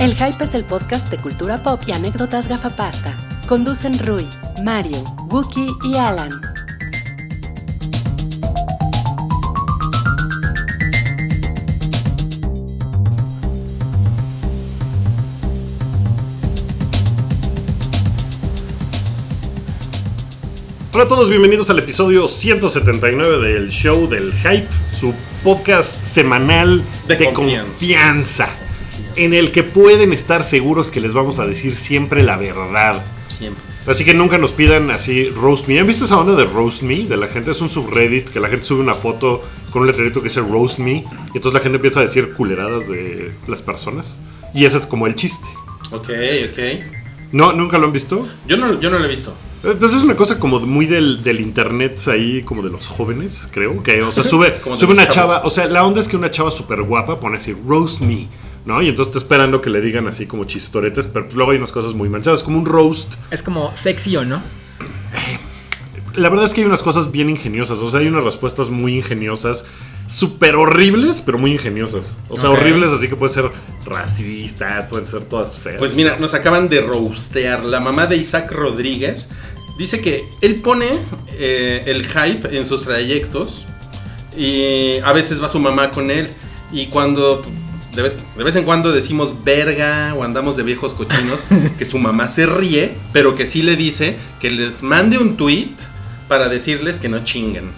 El Hype es el podcast de cultura pop y anécdotas gafapasta. Conducen Rui, Mario, Wookie y Alan. Hola a todos, bienvenidos al episodio 179 del show del Hype, su podcast semanal de, De confianza. confianza. en el que pueden estar seguros que les vamos a decir siempre la verdad. Siempre. Así que nunca nos pidan así roast me. ¿Han visto esa onda de roast me? De la gente es un subreddit que la gente sube una foto con un letrerito que dice roast me y entonces la gente empieza a decir culeradas de las personas y ese es como el chiste. Ok, ok. No, nunca lo han visto. Yo no, yo no lo he visto. Entonces es una cosa como muy del, del internet ahí, como de los jóvenes, creo. Que, o sea, sube, Como de sube los una chavos. chava, o sea, la onda es que una chava súper guapa pone así, roast me, ¿no? Y entonces está esperando que le digan así como chistoretes, pero luego hay unas cosas muy manchadas, como un roast. Es como sexy o no. La verdad es que hay unas cosas bien ingeniosas, o sea, hay unas respuestas muy ingeniosas, súper horribles, pero muy ingeniosas. O sea, Ok. horribles, así que pueden ser racistas, pueden ser todas feas. Pues mira, nos acaban de roastear. La mamá de Isaac Rodríguez dice que él pone eh, el hype en sus trayectos y a veces va su mamá con él y cuando... De ve- de vez en cuando decimos verga o andamos de viejos cochinos, que su mamá se ríe, pero que sí le dice que les mande un tweet para decirles que no chinguen.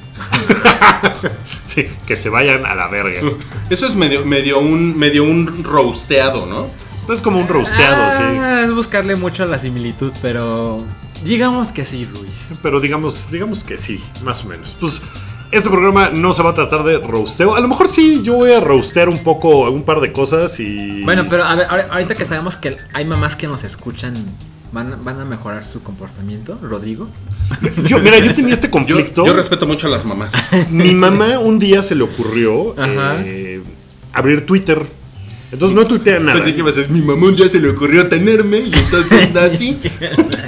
Sí, que se vayan a la verga. Eso es medio, medio, un, medio un roasteado, ¿no? Entonces como un roasteado, sí. Ah, Es buscarle mucho a la similitud, pero digamos que sí, Ruiz. pero digamos, digamos que sí, más o menos. Pues este programa no se va a tratar de roasteo. A lo mejor sí, yo voy a roastear un poco, un par de cosas y. Bueno, pero a ver, ahora- ahorita que sabemos que hay mamás que nos escuchan, ¿van, a- van a mejorar su comportamiento, Rodrigo? Yo, mira, yo tenía este Yo, conflicto. yo respeto mucho a las mamás. Mi mamá un día se le ocurrió Ajá. eh, abrir Twitter. Entonces no tuitea nada. Pensé que ibas a decir, mi mamón ya se le ocurrió tenerme y entonces nací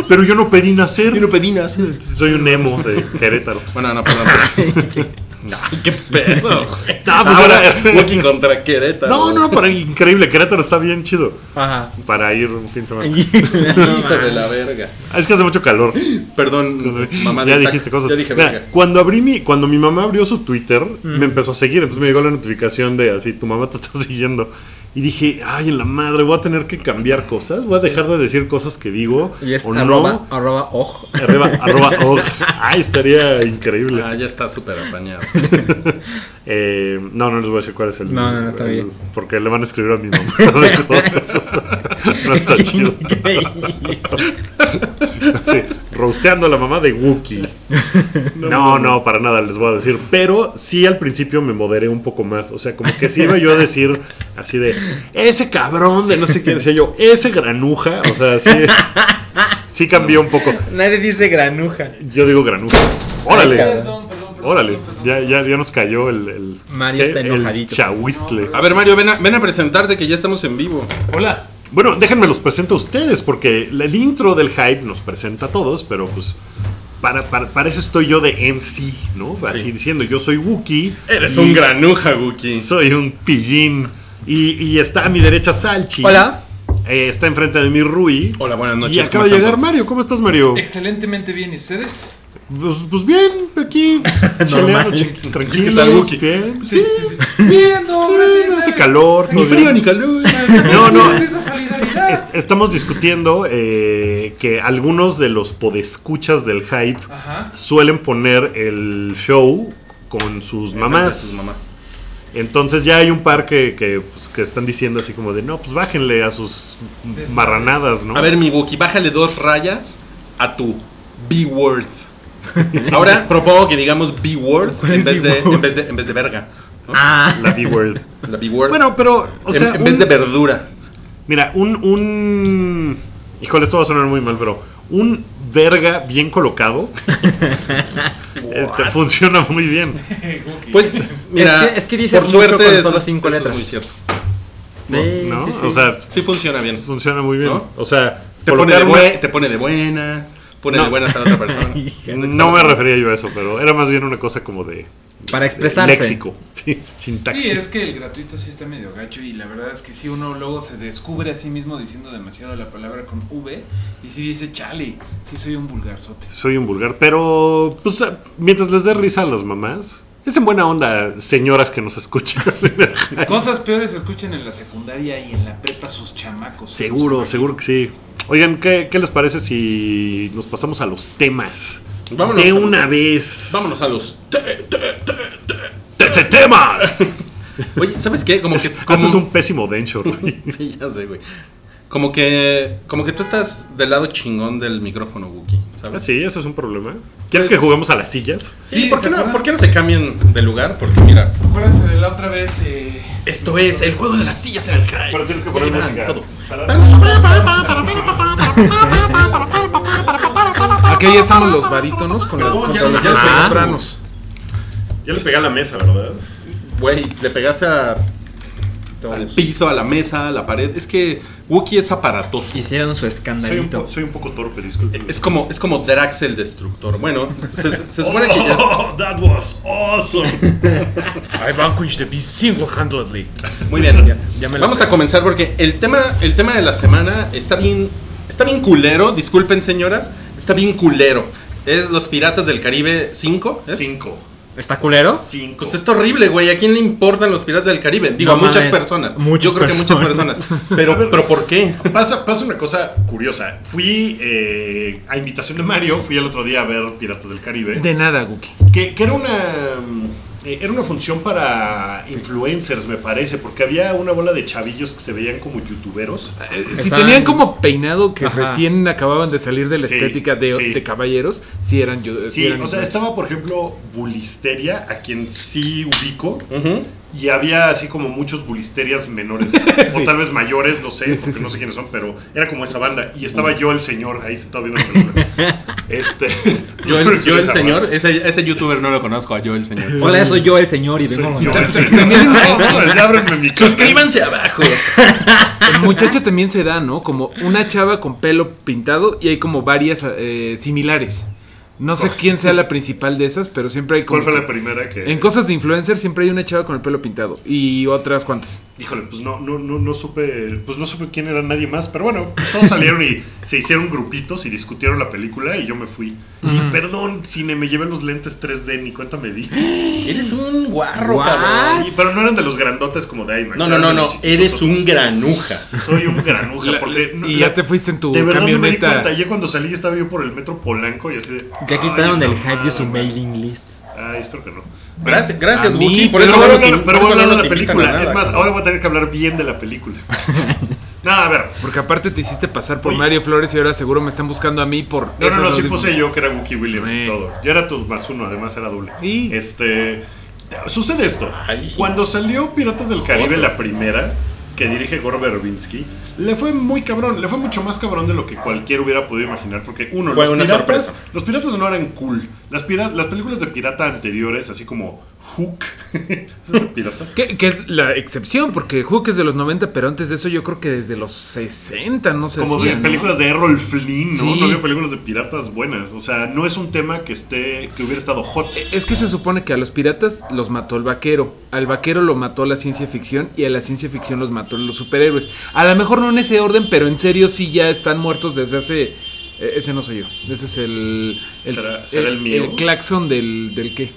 Pero yo no pedí nacer. y no pedí nacer. Soy un emo de Querétaro. Bueno, no, perdón. Ay, qué pedo. No, pues Ahora, pues, ahora- Wookiee contra Querétaro. No, no, para increíble. Querétaro está bien chido Ajá. para ir un fin de semana. Ah, Hijo de la verga. Es que hace mucho calor. Perdón, mamá de Mm. ya Isaac. dijiste cosas. Ya dije Mira, verga. cuando abrí mi, cuando mi mamá abrió su Twitter, Mm. me empezó a seguir. Entonces me llegó la notificación de así, tu mamá te está siguiendo. Y dije, ay, en la madre, voy a tener que cambiar cosas. Voy a dejar de decir cosas que digo. Y es o arroba, arroba oj. no. Arroba, arroba, oh. Ay, estaría increíble. Ah, ya está súper apañado. Eh, no, no les voy a decir cuál es el. No, no, no, está el- bien. Porque le van a escribir a mi mamá de cosas. no está chido. Sí, rosteando a la mamá de Wookiee. No, no, para nada les voy a decir. Pero sí al principio me moderé un poco más. O sea, como que sí iba yo a decir así de ese cabrón de no sé quién decía yo, ese granuja. O sea, sí, sí cambió un poco. Nadie dice granuja. Yo digo granuja. Órale. Ay, Órale, ya, ya, ya nos cayó el, el Mario está el enojadito. chahuistle. A ver, Mario, ven a, ven a presentarte que ya estamos en vivo. Hola. Bueno, déjenme los presento a ustedes, porque el intro del hype nos presenta a todos, pero pues para, para, para eso estoy yo de MC, ¿no? Así Sí. diciendo, yo soy Wookiee. Eres y un granuja, Wookiee. Soy un pillín. Y, y está a mi derecha Salchi. Hola. Eh, está enfrente de mí Rui. Hola, buenas noches. Y acaba ¿cómo de están llegar todos? Mario. ¿Cómo estás, Mario? Excelentemente bien, ¿y ustedes? Pues, pues bien, aquí. cheleando, ch- tranquilos, ¿Qué tal, Wookiee? bien. Sí, sí, sí. Bien, no, gracias. no hace eh. calor. Ni todo frío bien. ni calor. No, no. Es esa solidaridad. Est- Estamos discutiendo eh, que algunos de los podescuchas del hype Ajá. suelen poner el show con sus mamás. Sus mamás. Entonces ya hay un par que, que, pues, que están diciendo así como de no, pues bájenle a sus Desmadres. marranadas, ¿no? A ver, mi Wookie, bájale dos rayas a tu B-word. Ahora propongo que digamos B-word en, vez de- en, vez de- en vez de verga. ¿no? Ah, la B-word. La B-word. bueno, pero, o en, sea, en vez un- de verdura. mira, un, un. Híjole, esto va a sonar muy mal, pero un verga bien colocado, este, funciona muy bien. Pues, mira, que- es que dices por mucho suerte con eso- solo eso cinco es letras. muy cierto. Sí, ¿no? sí, sí. O sea, Sí funciona bien. funciona muy bien. ¿No? O sea, Te pone, de colocar una- bue- te pone de buenas, pone de No. buenas a la otra persona. No me refería yo a eso, pero era más bien una cosa como de, Para de expresarse. léxico, sí, Sí, sintaxis. es que el gratuito sí está medio gacho y la verdad es que sí uno luego se descubre a sí mismo diciendo demasiado la palabra con V y sí dice, chale, sí soy un vulgarzote. Soy un vulgar, pero pues ah, mientras les dé risa a las mamás, es en buena onda, señoras que nos escuchan. Cosas peores escuchan en la secundaria y en la prepa sus chamacos. seguro, seguro que sí. Oigan, ¿qué, qué les parece si nos pasamos a los temas? Vámonos de a- una vez. Vámonos a los. te- ¡Te- te- temas. Oye, ¿sabes qué? Como que. Como... Haces un pésimo denture. güey. Sí, ya sé, güey. Como que, como que tú estás del lado chingón del micrófono, Wookie, Ah, ¿sabes? sí, eso es un problema. ¿Quieres Pues- que juguemos a las sillas? Sí, Sí, ¿por, qué ¿se no, acuerdan? ¿por qué no se cambian de lugar? Porque mira. Acuérdense de la otra vez. eh, Esto es el juego de las sillas en el high. Pero tienes que poner Ahí va, música. todo. Aquí ya estamos los barítonos con los, No, contra ya los no, ya no. Ah, sopranos. Ya le pegué a la mesa, ¿verdad? Güey, le pegaste a- al piso, a la mesa, a la pared. Es que Wookie es aparatoso. Hicieron su Soy un, po- escandalito. soy un poco torpe, Oh, disculpen. Es como, es como Drax el Destructor. Bueno, se, se supone que ya. that was awesome. I vanquished the beast single-handedly. Muy bien. ya me la Vamos a comenzar porque el tema, el tema de la semana está bien, está bien culero. Disculpen, señoras, está bien culero. Es Los Piratas del Caribe 5. ¿es? Cinco. ¿Está culero? Cinco. Pues está horrible, güey. ¿A quién le importan los Piratas del Caribe? Digo, No a muchas mames, personas. muchas Yo creo que muchas personas. Pero, pero ¿por qué? Pasa, pasa una cosa curiosa. Fui eh, a invitación de Mario, fui el otro día a ver Piratas del Caribe. De nada, Guki. que, que era una mm, eh, era una función para influencers, me parece, porque había una bola de chavillos que se veían como youtuberos. Si Estaban- tenían como peinado que Ajá. recién acababan de salir de la Sí, estética de, sí. de caballeros, si eran yo. eh, Sí, eran o sea, influencers. estaba por ejemplo Bulisteria, a quien sí ubico, Ujú. y había así como muchos Bulisterias menores, o tal vez mayores, no sé, porque no sé quiénes son, pero era como esa banda. Y estaba yo el señor, ahí se estaba viendo la película. Este, Yo el, yo el esa señor, banda. ese, ese youtuber no lo conozco, a yo el señor. Hola, soy yo el señor y vengo Yo con- el señor. No, pues, ya ábranme mi casa. Suscríbanse abajo. El muchacho también se da, ¿no? Como una chava con pelo pintado y hay como varias eh, similares. No sé quién sea la principal de esas, pero siempre hay como. Oh. ¿Cuál fue la primera que.? En cosas de influencer siempre hay una chava con el pelo pintado y otras cuantas. Híjole, pues no, no, no, no supe, pues no supe quién era nadie más, pero bueno, pues todos salieron y se hicieron grupitos y discutieron la película y yo me fui. Y perdón, cine, me llevé los lentes 3D, ni cuenta me di. Sí, Eres un guarro, What? Ah, cabrón. pero no eran de los grandotes como de IMAX. No, no, eran no, de no. los chiquitos. Eres un granuja. Soy un granuja, porque... no, y la- ya te fuiste en tu De verdad no me di camioneta. cuenta, ya cuando salí estaba yo por el metro Polanco y así de... Ya ay, quitaron no el hype de su mames. mailing list. Ay, espero que no. Ah, Gracias, gracias, A mí, Wookie. Por Pero eso voy a no hablar- nos in- pero por voy a eso no hablar de la nos invitan película. a nada, es más, cabrón. ahora voy a tener que hablar bien de la película. Nada, a ver... Porque aparte te hiciste pasar por Oye. Mario Flores y ahora seguro me están buscando a mí por. No, esos no, no, sí audífonos. puse yo que era Wookie Williams y Sí. todo. Yo era tu más uno, además era doble. Sí. Este. Sucede esto. Ay. Cuando salió Piratas del Caribe, Jotas. la primera, que dirige Gore Verbinski, le fue muy cabrón. Le fue mucho más cabrón de lo que cualquiera hubiera podido imaginar. Porque, uno, Fue los una piratas. sorpresa. Los piratas no eran cool. Las, pira- las películas de pirata anteriores, así como Hook. ¿Esas de piratas? Que, que es la excepción, porque Hook es de los 90, pero antes de eso yo creo que desde los 60, no sé Como de películas de Errol Flynn, ¿no? Sí. No había películas de piratas buenas. O sea, no es un tema que esté. que hubiera estado hot. Eh, Es que se supone que a los piratas los mató el vaquero, al vaquero lo mató la ciencia ficción y a la ciencia ficción los mató los superhéroes. A lo mejor no en ese orden, pero en serio sí ya están muertos desde hace... eh, Ese no soy yo, ese es el... el ¿Será- será el mío? claxon del, del qué?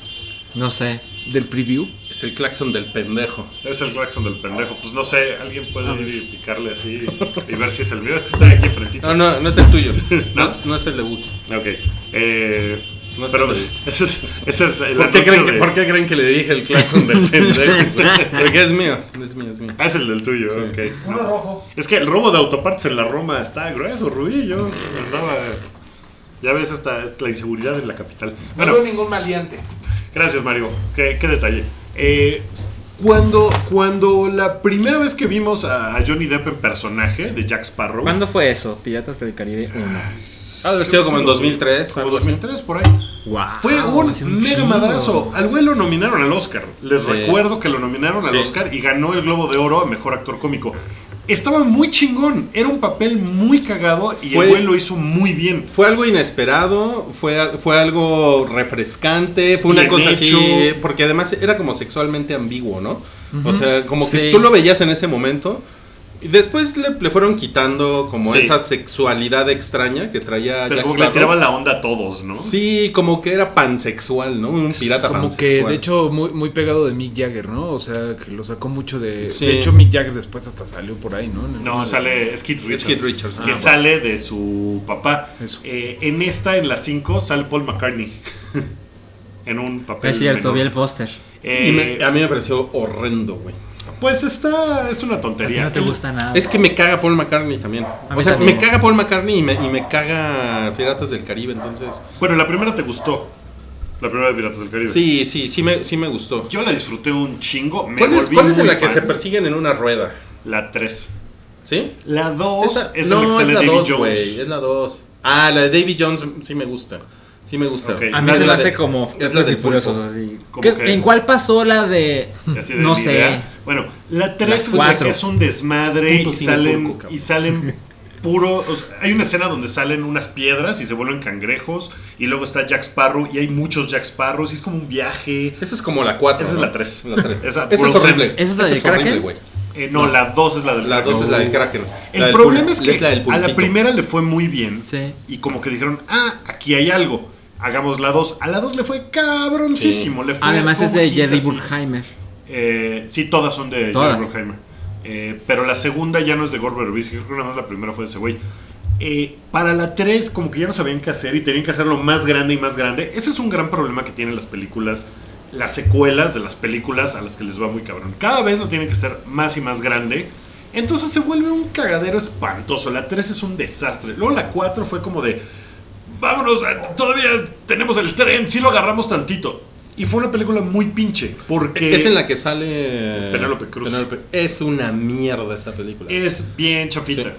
No sé. ¿Del preview? Es el claxon del pendejo. Es el claxon del pendejo. Pues no sé, alguien puede ir y picarle así y ver si es el mío. Es que está aquí enfrentito. No, no, no es el tuyo. ¿No? No, es, no es el de Wookie. Ok. Eh, No sé, pero güey. ese es, ese es el ¿Por qué, anuncio creen que, de- por qué creen que le dije el claxon del pendejo? güey? Porque es mío. Es mío, es mío. Ah, es el del tuyo, Sí. ok. No, pues, Es que el robo de autopartes en la Roma está grueso, Rubí. Yo andaba. Ya ves hasta la inseguridad en la capital. Bueno, ningún maleante. Gracias, Mario. Qué, qué detalle. Eh, cuando, cuando la primera vez que vimos a a Johnny Depp en personaje de Jack Sparrow. ¿Cuándo fue eso? Piratas del Caribe 1. Ha de haber sido como en 2003. Como algo así. 2003 por ahí. Guau, Fue un, hace un mega chingo. madrazo. Al güey lo nominaron al Oscar. Les Sí. recuerdo que lo nominaron al Sí. Oscar y ganó el Globo de Oro a Mejor Actor Cómico. Estaba muy chingón. Era un papel muy cagado y Fue- el güey lo hizo muy bien. Fue algo inesperado, fue, al- fue algo refrescante, fue una Bien cosa así, hecho. porque además era como sexualmente ambiguo, ¿no? O sea, como que Sí. tú lo veías en ese momento y después le, le fueron quitando como Sí. esa sexualidad extraña que traía Pero Jack como que le Sparrow. tiraba la onda a todos, ¿no? Sí, como que era pansexual, ¿no? Un pirata Como pansexual. que, de hecho, muy, muy pegado de Mick Jagger, ¿no? O sea, que lo sacó mucho de... Sí. De hecho, Mick Jagger después hasta salió por ahí, ¿no? En el- No, sale Skid Richards. Keith Richards. Que Ah, bueno. sale de su papá. Eso. Eh, en esta, en las 5, sale Paul McCartney. en un papel. Es cierto, menor. vi el póster. Eh, Y me- a mí me pareció horrendo, güey. Pues está. Es una A ti tontería. no te gusta Ah, nada. Es que me caga Paul McCartney también. mí O sea, también. me caga Paul McCartney y me, y me caga Piratas del Caribe, entonces... Bueno, la primera te gustó. La primera de Piratas del Caribe. Sí, sí, sí me, sí me gustó. Yo la disfruté un chingo. Me ¿Cuál es, volví cuál es muy en la que fan. se persiguen en una rueda? La 3. ¿Sí? La 2 Esa- es no, en la que es sale la Davy 2, Jones. güey. Es la 2. Ah, la de Davy Jones sí me gusta. Sí me gusta. Ok. No, A mí es se me la hace de- como es la Rápidos y del Furiosos, pulpo. así. ¿Cómo ¿Qué- que? ¿En cuál pasó la de.? Así de No ni sé. idea. Bueno, la 3 La es la cuatro. que es un desmadre Punto y cine salen, turco, cabrón. y salen puro. o sea, hay una escena donde salen unas piedras y se vuelven cangrejos. Y luego está Jack Sparrow y hay muchos Jack Sparrows. Y es como un viaje. Esa es como la 4. Esa es la tres. La 3. Esa, Esa, es World's horrible. End. ¿Esa es la del Kraken? güey. Eh, no, la 2 es la del La 2 es la del Kraken. El La del problema pul- es que la del a la pulpito. primera le fue muy bien. Sí. Y como que dijeron, ah, aquí hay algo. Hagamos la 2. A la 2 le fue cabroncísimo. Le fue Además fue es de un hit Jerry así. Burheimer. Eh, sí, todas son de Todas. Jerry Bruckheimer. Eh, pero la segunda ya no es de Gore Verbinski, creo que nada más la primera fue de ese güey. Eh, para la 3 como que ya no sabían qué hacer y tenían que hacerlo más grande y más grande. Ese es un gran problema que tienen las películas, las secuelas de las películas a las que les va muy cabrón. Cada vez lo tienen que hacer más y más grande. Entonces se vuelve un cagadero espantoso. La 3 es un desastre. Luego la 4 fue como de... Vámonos, eh, todavía tenemos el tren, sí lo agarramos tantito. Y fue una película muy pinche. Porque... Es en la que sale. Penélope Cruz. Es una mierda esta película. Es bien chafita. Sí.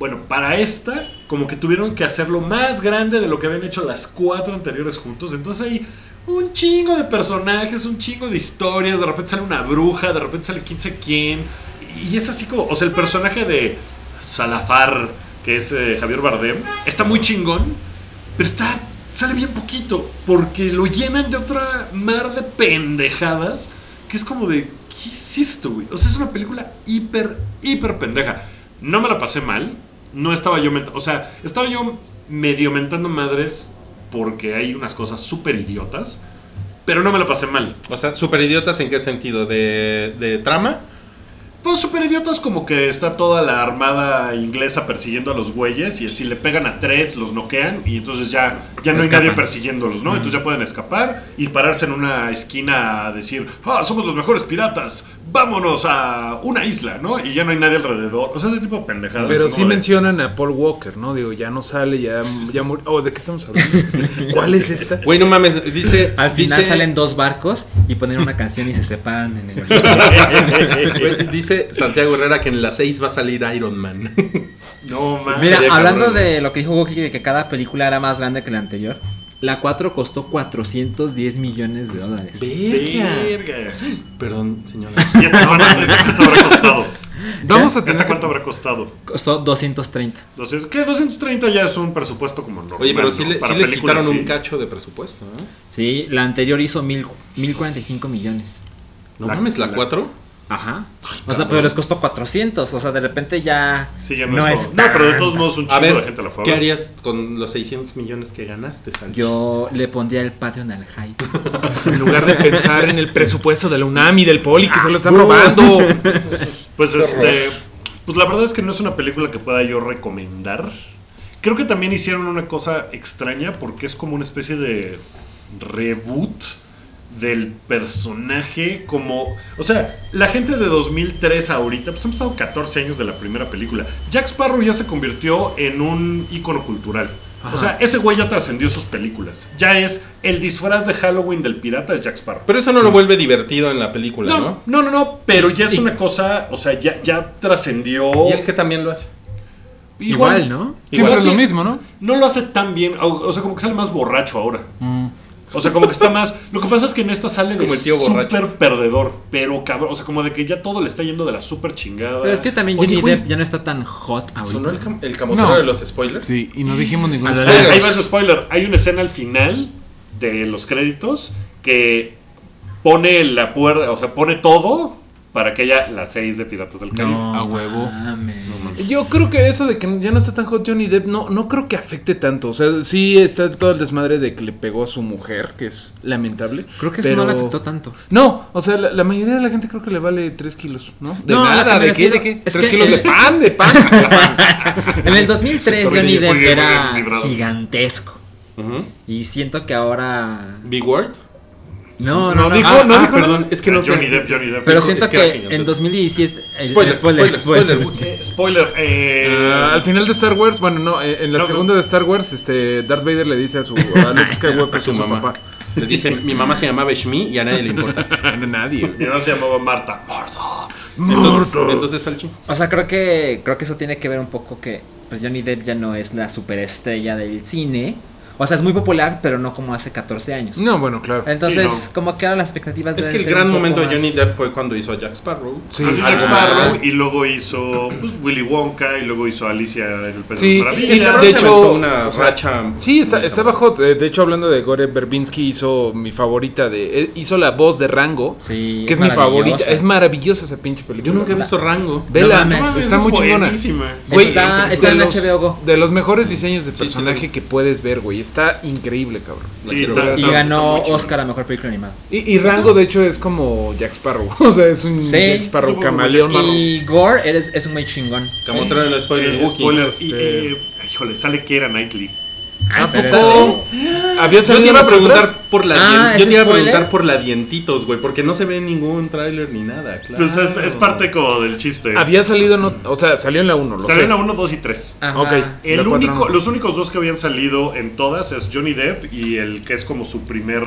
Bueno, para esta, como que tuvieron que hacerlo más grande de lo que habían hecho las cuatro anteriores juntos. Entonces hay un chingo de personajes, un chingo de historias. De repente sale una bruja, de repente sale quién sé quién. Y es así como, o sea, el personaje de Salazar, que es eh, Javier Bardem, está muy chingón, pero está, sale bien poquito, porque lo llenan de otra mar de pendejadas, que es como de, ¿qué es esto, güey? O sea, es una película hiper, hiper pendeja. No me la pasé mal, no estaba yo, ment- o sea, estaba yo medio mentando madres porque hay unas cosas súper idiotas, pero no me la pasé mal. O sea, super idiotas en qué sentido? ¿De, de trama? Pues super idiotas como que está toda la armada inglesa persiguiendo a los güeyes y así le pegan a tres, los noquean y entonces ya, ya no hay Escapan. nadie persiguiéndolos, ¿no? Entonces ya pueden escapar y pararse en una esquina a decir, ah, somos los mejores piratas, vámonos a una isla, ¿no? Y ya no hay nadie alrededor. O sea, ese tipo de pendejadas. Pero como sí de- mencionan a Paul Walker, ¿no? Digo, ya no sale, ya, ya murió. Oh, ¿de qué estamos hablando? ¿Cuál es esta? Güey, no mames. Dice. Al final dice- salen dos barcos y ponen una canción y se separan en el. Güey, Dice Santiago Herrera que en las 6 va a salir Iron Man. No mames. Mira, Estaría hablando cabrón. de lo que dijo Wookie, de que cada película era más grande que la anterior, la 4 costó 410 millones de dólares. Verga. Perdón, señora. ¿Y esta, cuánto- esta cuánto habrá costado? Vamos a tener ¿Esta que- cuánto habrá costado? Costó 230. 200, ¿Qué? 230 ya es un presupuesto como normal. Oye, pero sí, ¿no? le- sí Para les películas, quitaron sí. un cacho de presupuesto, ¿eh? Sí, la anterior hizo mil, 1045 millones. No La- mames, la la- 4. Ajá. O sea, pero les costó 400. O sea, de repente ya. Sí, ya no, es como- No, pero de todos modos un A chingo de ver, gente la fue. a ¿qué ver. harías con los 600 millones que ganaste, Sancho? Yo le pondría el Patreon al hype. En lugar de pensar en el presupuesto de la UNAMI, del Poli, que se lo Ah, están robando. Pues este. Pues la verdad es que no es una película que pueda yo recomendar. Creo que también hicieron una cosa extraña porque es como una especie de reboot del personaje como... O sea, la gente de 2003 a ahorita, pues han pasado 14 años de la primera película. Jack Sparrow ya se convirtió en un ícono cultural. O sea, ese güey ya trascendió sus películas. Ya es el disfraz de Halloween del pirata de Jack Sparrow. Pero eso no lo vuelve divertido en la película, ¿no? No, no, no, no, pero ya es una cosa, o sea, ya, ya trascendió. Y él que también lo hace. Igual, ¿no? Siempre Igual es lo sí. mismo, ¿no? No lo hace tan bien. O, o sea, como que sale más borracho ahora. O sea, como que está más. Lo que pasa es que en esta sale Mm. Es como de el tío borracho. súper perdedor. Pero cabrón. O sea, como de que ya todo le está yendo de la súper chingada. Pero es que también Oye, Johnny güey, Depp ya no está tan hot ahorita. ¿Sonó el, cam- el camotero No. de los spoilers? Sí, y no dijimos ningún A la spoiler. larga. Ahí va el spoiler. Hay una escena al final de los créditos que pone la puerta. O sea, pone todo para que haya las seis de Piratas del Caribe. A huevo. mames. Yo creo que eso de que ya no está tan hot Johnny Depp, no, no creo que afecte tanto. O sea, sí está todo el desmadre de que le pegó a su mujer, que es lamentable. Creo que eso pero- no le afectó tanto. No, o sea, la, la mayoría de la gente creo que le vale 3 kilos, ¿no? De No, a lo nada, que me ¿de qué? ¿De refiero qué? es 3 que- kilos de pan, de pan. En el 2003 Porque Johnny yo fui Depp bien, era bien librado. gigantesco. Y siento que ahora. Big Word. No, No, no, no. dijo- Ah, no ah, dijo perdón. Perdón, es que no sé. Johnny Depp, Johnny Depp. Pero dijo- siento es que era que gigantesco. en 2017. eh, Spoiler, spoiler, spoiler. Eh, spoiler. Eh, Eh, al final de Star Wars, bueno, no, eh, en la No, no. segunda de Star Wars, este, Darth Vader le dice a su a Luke Skywalker que es su, mamá. papá. Le dice, mi mamá se llamaba Shmi y a nadie le importa. No, nadie. Mi mamá se llamaba Marta. Mordo. Entonces, Mordo. entonces Salchi. O sea, creo que creo que eso tiene que ver un poco que pues Johnny Depp ya no es la superestrella del cine. O sea, es muy popular, pero no como hace 14 años. No, bueno, claro. Entonces, Sí, no. como que ahora las expectativas Es deben que el ser gran un poco momento de más- Johnny Depp fue cuando hizo a Jack Sparrow. Sí. Hizo Ah. Jack Sparrow y luego hizo pues, Willy Wonka y luego hizo Alicia en el País de Sí, las Y Maravillas. el de cabrón se hecho, aventó una o sea, racha. Sí, está, estaba hot. Eh, De hecho, hablando de Gore Verbinski, hizo mi favorita de. eh, hizo la voz de Rango. Sí, que es es, mi maravillosa. favorita. Es maravillosa esa pinche película. Yo nunca he visto Rango. Vela, No mames, está es muy chingona. buenísima. Güey, Está- de está en los- HBO Go. De los mejores diseños de Sí, sí, personaje sí. que puedes ver, güey. Está increíble, cabrón. Sí, quiero está- ver. está- Y está ganó muy chingona. Oscar a mejor película animada. Y, y Rango, de hecho, es como Jack Sparrow. O sea, es un Sí. Jack Sparrow Es un camaleón. Jack Sparrow. Y Gore eres- es un güey chingón. Camotero de los spoilers. Eh, Wookiee. spoiler. Y, Sí. eh, híjole, sale Keira Knightley. Ah, ¿A pero- poco? Había Yo salido te iba a las otras? preguntar por la Ah, dien- ¿es Yo te iba a spoiler? preguntar por la dientitos, güey, porque no se ve en ningún tráiler ni nada, claro. Pues es, es parte como del chiste. Había salido, en ot- o sea, salió en la 1. Salió en la 1, 2 y 3. Ajá. Ok. El La cuatro único, no. Los únicos dos que habían salido en todas es Johnny Depp y el que es como su primer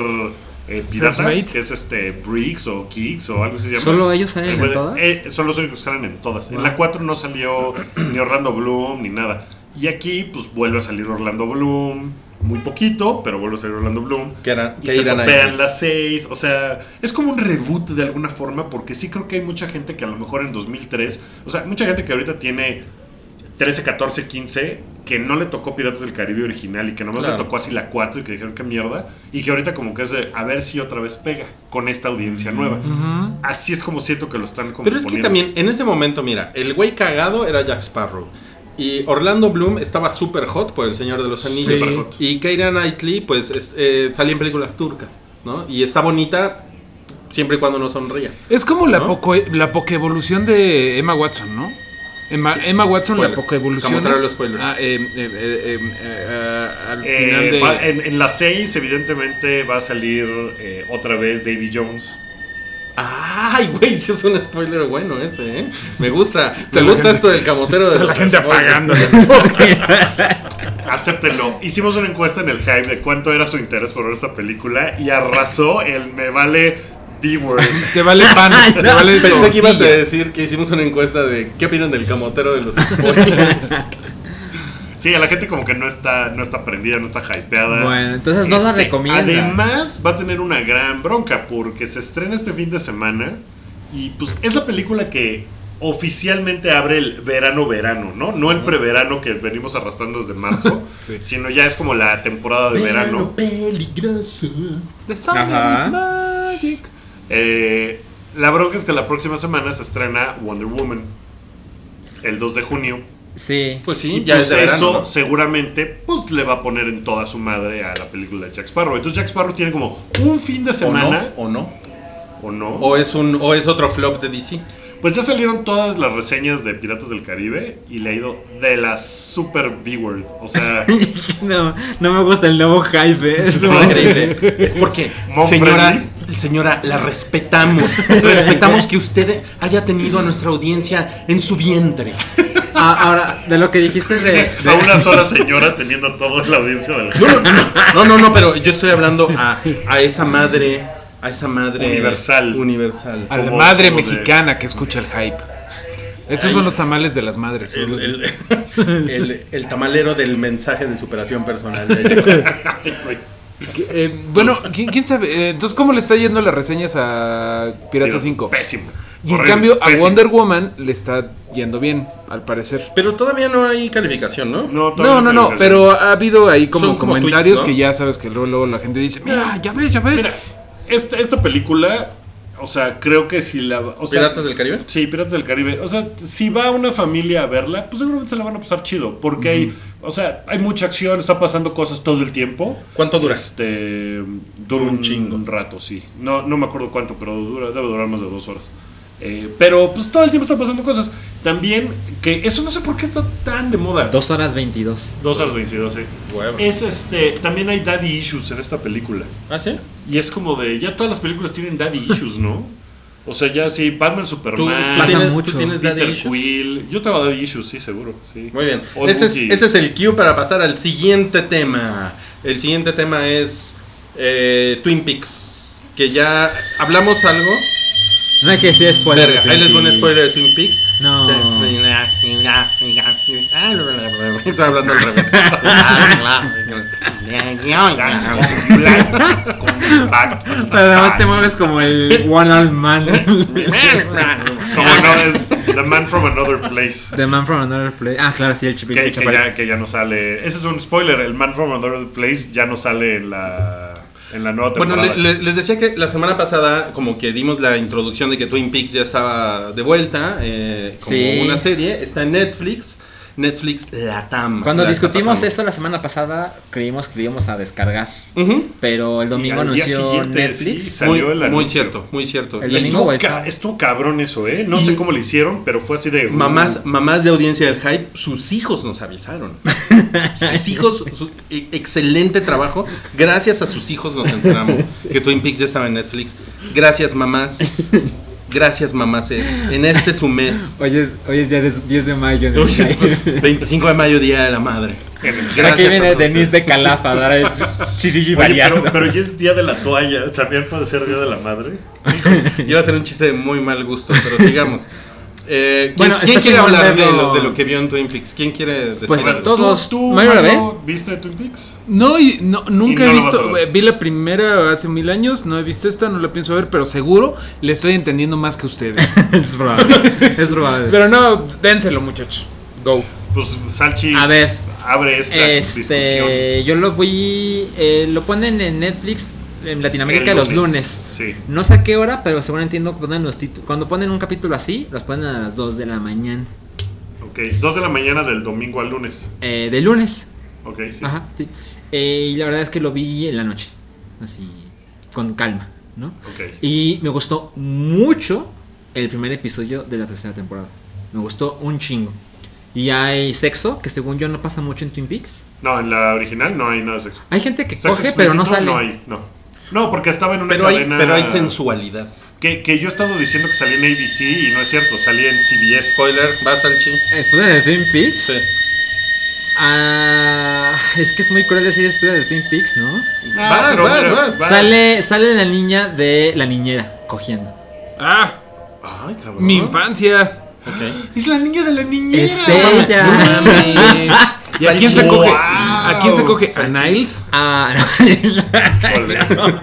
eh, pirata, Mate. que es este Briggs o Kicks o algo así se llama. ¿Solo ellos salen El en güey de- todas? eh, son los únicos que salen en todas. En Wow. la 4 no salió ni Orlando Bloom ni nada. Y aquí, pues vuelve a salir Orlando Bloom. Muy poquito, pero vuelve a salir Orlando Bloom. Que era- y que se irán ahí. topean las 6. O sea, es como un reboot de alguna forma, porque sí creo que hay mucha gente que a lo mejor en 2003, o sea, mucha gente que ahorita tiene 13, 14, 15, que no le tocó Piratas del Caribe original y que nomás Claro. le tocó así la 4 y que dijeron que mierda. Y que ahorita como que es de a ver si otra vez pega con esta audiencia nueva. Así es como siento que lo están como Pero es que poniendo. también, en ese momento, mira, el güey cagado era Jack Sparrow. Y Orlando Bloom estaba súper hot por El Señor de los Anillos. Sí. Y Keira Knightley, pues, es- eh, salía en películas turcas, ¿no? Y está bonita siempre y cuando no sonría. Es como la, ¿No? poco, la pokeevolución de Emma Watson, ¿no? Emma, Emma Watson, Spoiler. la pokeevolución. Camotero de los es- spoilers. Ah, eh, eh, eh, eh, eh, al Eh, final de. va- en, en la 6 evidentemente va a salir eh, otra vez Davy Jones. Ay, güey, sí es un spoiler bueno ese, ¿eh? Me gusta. Me la gusta gente- esto del camotero de la los gente spoilers. apagando. Acéptenlo. Hicimos una encuesta en el Hype de cuánto era su interés por ver esta película y arrasó el me vale B-word. te vale pan. te no, vale Pensé que ibas a tortillas. decir que hicimos una encuesta de qué opinan del camotero de los spoilers. Sí, a la gente como que no está, no está prendida, no está hypeada. Este, Bueno, entonces no la recomiendas. Además, va a tener una gran bronca porque se estrena este fin de semana y pues es la película que oficialmente abre el verano-verano, ¿no? No el preverano que venimos arrastrando desde marzo, Sí. sino ya es como la temporada de verano. peligroso. The sun Ajá. is magic. Eh, la bronca es que la próxima semana se estrena Wonder Woman, el 2 de junio. Sí. Pues Y sí, ya pues es de eso verano, ¿no? seguramente pues, le va a poner en toda su madre a la película de Jack Sparrow. Entonces Jack Sparrow tiene como un fin de semana ¿O no? o ¿O no? no. O es, un, o es otro flop de DC. Pues ya salieron todas las reseñas de Piratas del Caribe y le ha ido de la super B-word. O sea, No, no me gusta el nuevo hype. eh. Es increíble. Es porque, Mom señora, señora, la respetamos. Respetamos que usted haya tenido a nuestra audiencia en su vientre. Ah, ahora, de lo que dijiste de. de- a una sola señora teniendo a toda la audiencia del No, no, no, no, no, no, pero yo estoy hablando a, a esa madre, a esa madre Universal. Ah, universal. A la Como- madre como de- mexicana que escucha el hype. Esos son los tamales de las madres. El- el- el, el tamalero del mensaje de superación personal. de ayer. Que, eh, bueno, ¿quién, quién sabe? Eh, entonces, ¿cómo le está yendo las reseñas a Pirata 5? pues, Pésimo. Y en Horrible, cambio, a pésimo. Wonder Woman le está yendo bien, al parecer. Pero todavía no hay calificación, ¿no? No, todavía No, no, no, calificación. pero ha habido ahí como Son como comentarios tweets, ¿no? que ya sabes que luego, luego la gente dice, mira, ya ves, ya ves. Mira, esta, esta película, o sea, creo que si la. O sea, ¿Piratas del Caribe? Sí, Piratas del Caribe. O sea, si va una familia a verla, pues seguramente se la van a pasar chido. Porque hay, o sea, hay mucha acción, está pasando cosas todo el tiempo. ¿Cuánto dura? Este, dura Un un, chingo. un rato, sí. No, no me acuerdo cuánto, pero dura, debe durar más de dos horas. Eh, pero pues todo el tiempo está pasando cosas. También que eso no sé por qué está tan de moda. Dos horas 22. Dos horas 22, sí. Huevo. Es este, también hay daddy issues en esta película. ¿Ah, sí? Y es como de, ya todas las películas tienen daddy issues, ¿no? O sea, ya sí, Batman, ¿Tú, tú Superman, tienes, tú mucho. tienes daddy Peter issues? Quill. Yo tengo daddy issues, sí, seguro. Sí. Muy bien. Old Ese es, Bookie. ese es el cue para pasar al siguiente tema. El siguiente tema es eh, Twin Peaks. Que ya hablamos algo. No hay que decir spoiler. Verga, de ahí les voy un Twin spoiler de Peaks. Twin Peaks. No. Estoy hablando al revés. Pero nada más te mueves como el One Old Man. Como no es The Man from Another Place. The Man from Another Place. Ah, claro, sí, el chipito Que, que chaparrito. ya, que ya no sale. Ese es un spoiler. El Man from Another Place ya no sale en la, en la nueva Bueno, temporada. le- le- les decía que la semana pasada como que dimos la introducción de que Twin Peaks ya estaba de vuelta eh, como Sí. una serie. Está en Netflix, Netflix Latam. Cuando la está discutimos pasando. eso la semana pasada, creímos que lo íbamos a descargar. Ujú. Pero el Y domingo al día anunció siguiente, Netflix. sí, salió muy, el muy anuncio. cierto, muy cierto. El Y domingo. Estuvo, o el ca- sábado. estuvo cabrón eso, ¿eh? No sé cómo lo hicieron, pero fue así de. uh, mamás, mamás de audiencia del hype, sus hijos nos avisaron. Sus hijos, su- e- excelente trabajo. Gracias a sus hijos nos enteramos que Twin Peaks ya estaba en Netflix. Gracias, mamás. Gracias, mamás. En este su mes. Hoy es, hoy es día de- 10 de mayo. ¿no? Hoy es 25 de mayo, Día de la Madre. Aquí viene a todos. Denise de Calaf a dar el chidillo y Oye, variado. pero, pero ya es día de la toalla. También puede ser día de la madre. Iba a ser un chiste de muy mal gusto, pero sigamos. Eh, ¿Quién, Bueno, quién está quiere chingón hablar de verlo. lo, de lo que vio en Twin Peaks? ¿Quién quiere decir? Pues, algo? todo- Todos. ¿Tú, tú Mario, ¿la Mario, viste Twin Peaks? No, y no, nunca Y no he la vas a visto. ver. eh, Vi la primera hace mil años, no he visto esta, no la pienso ver, pero seguro le estoy entendiendo más que ustedes. es probable. Es probable. pero no, dénselo, muchachos. Go. Pues Salchi a ver, abre esta discusión. este, yo lo voy. eh, lo ponen en Netflix en Latinoamérica El los lunes, lunes. sí. No sé a qué hora, pero según entiendo, ponen los títulos. Cuando ponen un capítulo así, los ponen a las 2 de la mañana. Ok, 2 de la mañana del domingo al lunes. Eh, de lunes. Ok, sí. Ajá, sí. Eh, y la verdad es que lo vi en la noche. Así, con calma, ¿no? Ok. Y me gustó mucho el primer episodio de la tercera temporada. Me gustó un chingo. Y hay sexo, que según yo no pasa mucho en Twin Peaks. No, en la original no hay nada de sexo. Hay gente que Sexo coge, pero no explícito sale. No hay, no. No, porque estaba en una Pero hay, cadena. pero hay sensualidad. Que, que yo he estado diciendo que salía en ABC y no es cierto, salía en CBS. Spoiler, vas al chi. Después de Twin Peaks. Sí. Ah, es que es muy cruel decir después de Twin Peaks, ¿no? Vas, pero vas, mira, vas. Sale, sale la niña de la niñera cogiendo. Ah, Ay, cabrón. mi infancia. Ok. Es la niña de la niñera. Es ella. ¿Y Eh, a quién se Salchi. coge? Wow. ¿A quién se coge? ¿A Salchi. Niles? Ah, no.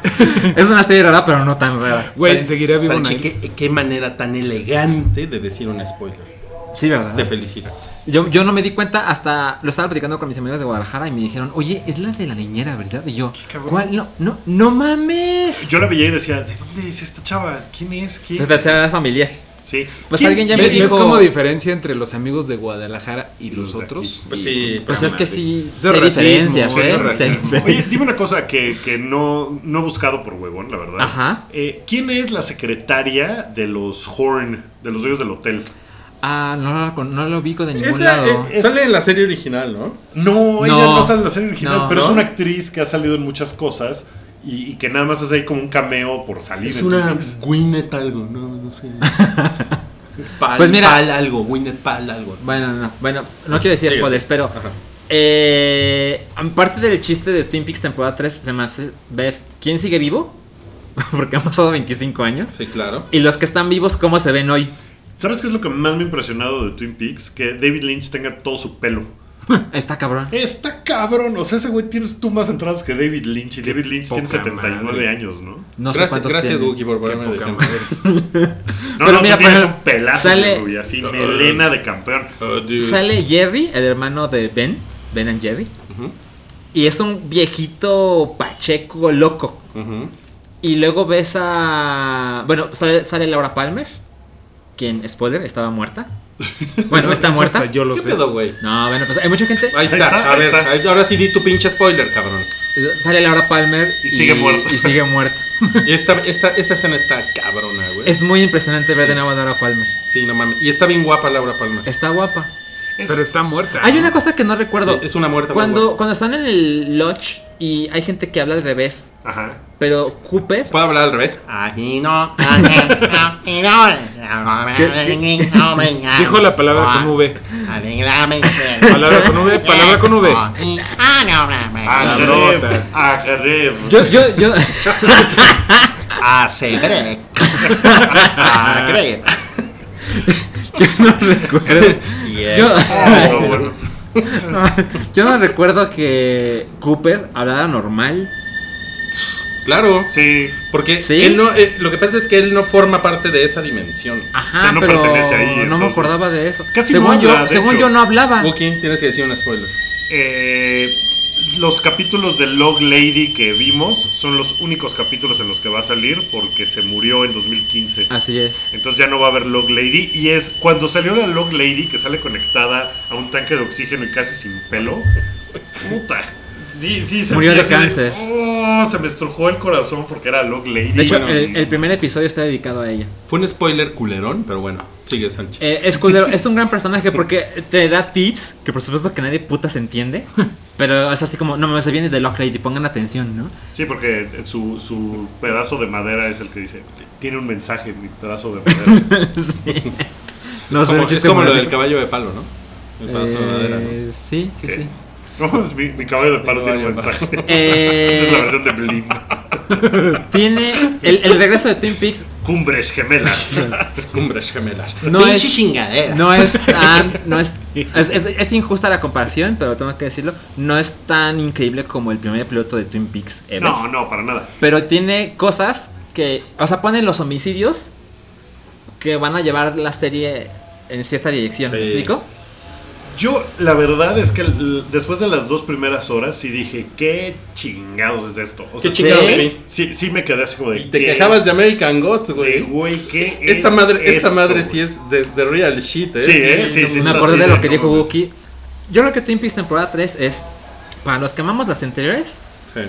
Es una serie rara, pero no tan rara. Güey, seguirá vivo Salchi, Niles. qué, qué manera tan elegante de decir un spoiler. Sí, ¿verdad? Te felicito. Yo, yo no me di cuenta hasta lo estaba platicando con mis amigos de Guadalajara y me dijeron, oye, es la de la niñera, ¿verdad? Y yo, cabrón. ¿cuál? No, no, no mames. Yo la veía y decía, ¿de dónde es esta chava? ¿Quién es? ¿Quién? de tercera edad familiar. Sí. Pues ¿Quién- alguien ya quién me ¿Ves es? ves dijo- cómo diferencia entre los amigos de Guadalajara y los Los de otros? Pues sí. Pues es que sí, Eso sí es hay racismo, diferencias, eso es ¿eh? Sí hay racismo. Oye, diferencias. dime una cosa que, que no, no he buscado por huevón, la verdad. Ajá. Eh, ¿Quién es la secretaria de los Horn, de los dueños del hotel? Ah, no, la con- no lo ubico de ningún Esa, lado. eh, sale en la serie original, ¿no? No, ella No. no sale en la serie original, No. pero es ¿No? una actriz que ha salido en muchas cosas y, y que nada más hace ahí como un cameo por salir. en Twin Peaks. Winnet algo, no, no sé. Pal, Pues mira- pal algo, Winnet pal algo. Bueno, no, bueno, no quiero decir Sigue, spoilers, sigue. pero Ajá. eh, parte del chiste de Twin Peaks temporada 3 se me hace ver quién sigue vivo, porque han pasado 25 años, Sí, claro. y los que están vivos, cómo se ven hoy. ¿Sabes qué es lo que más me ha impresionado de Twin Peaks? Que David Lynch tenga todo su pelo. Está cabrón. Está cabrón. O sea, ese güey tienes tú más entradas que David Lynch. Y David Lynch tiene poca 79 madre. años, ¿no? No sé gracias, cuántos gracias tiene. Wookie, por Qué ponerme de poca ejemplo. madre. No, Pero no, mira, tú tienes pero un pelazo, sale- güey, así, melena de campeón. Oh, dude. Sale Jerry, el hermano de Ben, Ben and Jerry. Ujú. Y es un viejito pacheco loco. Ujú. Y luego ves a. Bueno, sale, sale Laura Palmer. Quien, spoiler, estaba muerta. Bueno, está Eso muerta. hasta Yo lo ¿Qué sé. pedo, güey? No, bueno, pues hay mucha gente. Ahí está, está, a ahí ver, está. ahí- ahora sí di tu pinche spoiler, cabrón. Sale Laura Palmer. Y sigue muerta. Y sigue muerta. Y esta, esta, esta escena está cabrona, güey. Es muy impresionante ver de nuevo a Laura Palmer. Sí, no mames. Y está bien guapa Laura Palma. Está guapa. Es- Pero está muerta. Hay una cosa que no recuerdo. Sí, es una muerta muy Cuando, guapa. cuando están en el lodge y hay gente que habla al revés, Ajá. pero Cooper ¿Puedo hablar al revés? Aquí no, aquí no, Dijo la palabra con V. Palabra con V, palabra con V. Ajarev, Grandotas. Ajarev. Yo, yo, yo. Acebre. Ah, Acre. no recuerdo. Yo, Ay, no, bueno. yo no recuerdo que Cooper hablara normal. Claro. Sí, Porque Sí. él no, eh, lo que pasa es que él no forma parte de esa dimensión. Ajá, O sea, no pero pertenece ahí, no me entonces. acordaba de eso. Casi según no yo, habla, de según hecho. yo no hablaba. Wookie, tienes que decir un spoiler. eh, los capítulos de Log Lady que vimos son los únicos capítulos en los que va a salir porque se murió en 2015. Así es. Entonces ya no va a haber Log Lady. Y es cuando salió la Log Lady que sale conectada a un tanque de oxígeno y casi sin pelo. Puta. Sí, sí, sentí Murió de así cáncer. "Oh", se me estrujó el corazón porque era Log Lady. De hecho, Bueno, el, el primer episodio está dedicado a ella. Fue un spoiler culerón, pero bueno, sigue Sánchez. Eh, es culero, es un gran personaje porque te da tips que por supuesto que nadie putas entiende. Pero es así como, no me se viene de Lock Lady, pongan atención, ¿no? Sí, porque su, su pedazo de madera es el que dice, tiene un mensaje mi pedazo de madera. No es como, sé, un es chiste como lo moral. del caballo de palo, ¿no? El pedazo de madera, ¿no? Eh, sí, sí, ¿Qué? sí. No, es mi, mi caballo de palo Mi tiene un caballo de mensaje. Eh, Esa es la versión de Blim. Tiene el, el regreso de Twin Peaks Cumbres gemelas. Cumbres gemelas. no Pinche es chingadera. no es tan no es es, es- es injusta la comparación, pero tengo que decirlo, no es tan increíble como el primer piloto de Twin Peaks ever. No, no, para nada. Pero tiene cosas que, o sea, ponen los homicidios que van a llevar la serie en cierta dirección, ¿me Sí. explico? Yo, la verdad es que l- después de las dos primeras horas sí dije, qué chingados es esto. O sea, ¿Qué sí, chingados sí, es? sí, sí me quedé así como de... Y te "¿Qué? quejabas de American Gods, De, güey. güey, ¿qué Esta es madre, esta esto, madre güey?" sí es de, de real shit, eh. Sí, eh, sí, sí. me está acordé así de lo que no dijo mames. Wookie. Yo creo que Twin Peaks temporada 3 es para los que amamos las anteriores Sí.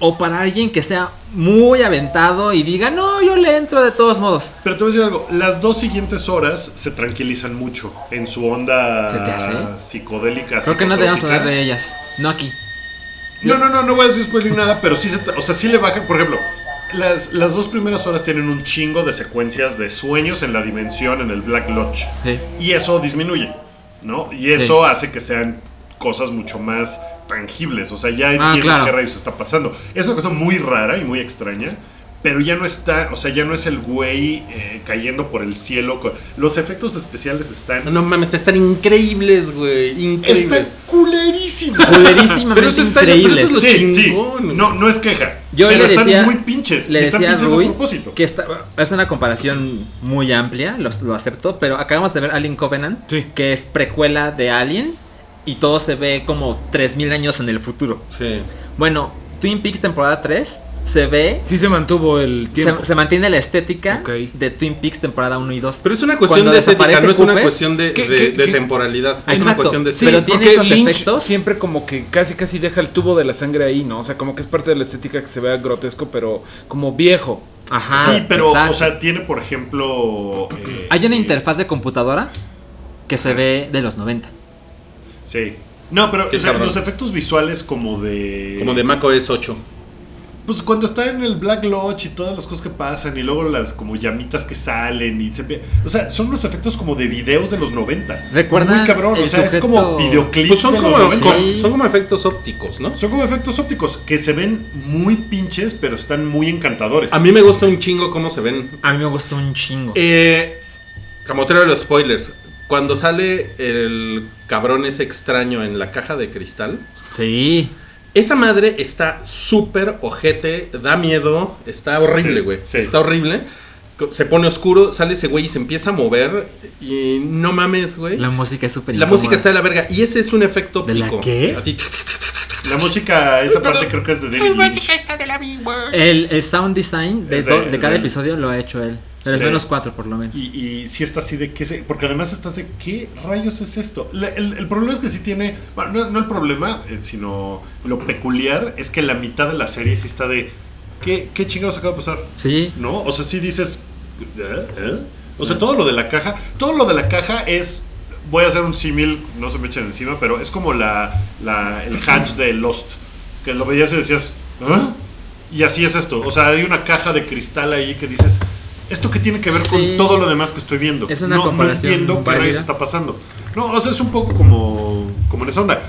o para alguien que sea muy aventado y diga, "No, yo le entro de todos modos." Pero te voy a decir algo, las dos siguientes horas se tranquilizan mucho en su onda ¿Se te hace? psicodélica. Creo que no debemos psicotrópica. hablar de ellas, no aquí. No, no, no, no voy a decir spoiler ni nada, pero sí se, te- o sea, sí le bajan, por ejemplo, las, las dos primeras horas tienen un chingo de secuencias de sueños en la dimensión, en el Black Lodge. Sí. Y eso disminuye, ¿no? Y eso hace que sean cosas mucho más tangibles. O sea, ya entiendes claro. qué rayos está pasando. Es una cosa muy rara y muy extraña. Pero ya no está, o sea, ya no es el güey eh, cayendo por el cielo. con- Los efectos especiales están. No mames, están increíbles, güey. Increíbles. están culerísimos. Culerísimamente Pero eso está- pero increíbles. eso es lo Sí, sí. chingón. No, no es queja. Yo pero le están decía- muy pinches. Le y están decía a pinches Rui a propósito. que está, es una comparación muy amplia, los- lo, acepto, pero acabamos de ver Alien Covenant, Sí. que es precuela de Alien y todo se ve como 3000 años en el futuro. Sí. Bueno, Twin Peaks temporada 3 se ve Sí se mantuvo el tiempo. se, se mantiene la estética Ok. de Twin Peaks temporada 1 y 2. Pero es una cuestión Cuando de estética, desaparece no es una Cooper, cuestión de, ¿Qué- de- qué- de qué? temporalidad. Es una Exacto, cuestión de sí, pero estética. tiene porque esos Lynch efectos. siempre como que casi casi deja el tubo de la sangre ahí, ¿no? O sea, como que es parte de la estética que se vea grotesco, pero como viejo. Ajá. sí, pero, Ah, exacto. o sea, tiene, por ejemplo. eh, hay una eh, interfaz de computadora que se ve de los 90. Sí. No, pero Qué o sea, cabrón. los efectos visuales como de. Como de Mac OS 8. Pues cuando está en el Black Lodge y todas las cosas que pasan y luego las como llamitas que salen y se ve- O sea, son los efectos como de videos de los 90. Recuerda Muy cabrón, o el sea, es sujeto- como videoclips Pues son de como, los 90. como- Sí. son como efectos ópticos, ¿no? Son como efectos ópticos que se ven muy pinches, pero están muy encantadores. A mí me gusta un chingo cómo se ven. A mí me gusta un chingo. Eh, Camotero de los spoilers. Cuando sale el cabrón ese extraño en la caja de cristal, Sí. esa madre está súper ojete, da miedo, está horrible, Sí, güey. sí. Está horrible. Co- Se pone oscuro, sale ese güey y se empieza a mover. Y no mames, güey. La La, música es súper música está de la verga. Y ese es un efecto ¿De la óptico. qué? Así. La música, esa parte creo que es de David Lynch. El, el sound design de, Es de- do- de es de cada él. episodio lo ha hecho él. Pero Sí. al menos cuatro, por lo menos. Y, y sí está así de que se, porque además estás de qué rayos es esto. La- el, el problema es que sí tiene, bueno, no, no el problema, eh, sino lo peculiar es que la mitad de la serie sí está de qué, qué chingados acaba de pasar, Sí. ¿no? O sea, sí dices, ¿eh? ¿eh? o sea, todo lo de la caja, todo lo de la caja es, voy a hacer un símil, no se me echen encima, pero es como la, la- el hatch de Lost, que lo veías y decías, ¿ah? Y así es esto, o sea, hay una caja de cristal ahí que dices, ¿esto qué tiene que ver Sí. con todo lo demás que estoy viendo? Es una no, no comparación entiendo qué válida. rayos está pasando. No, o sea, es un poco como, como en esa onda.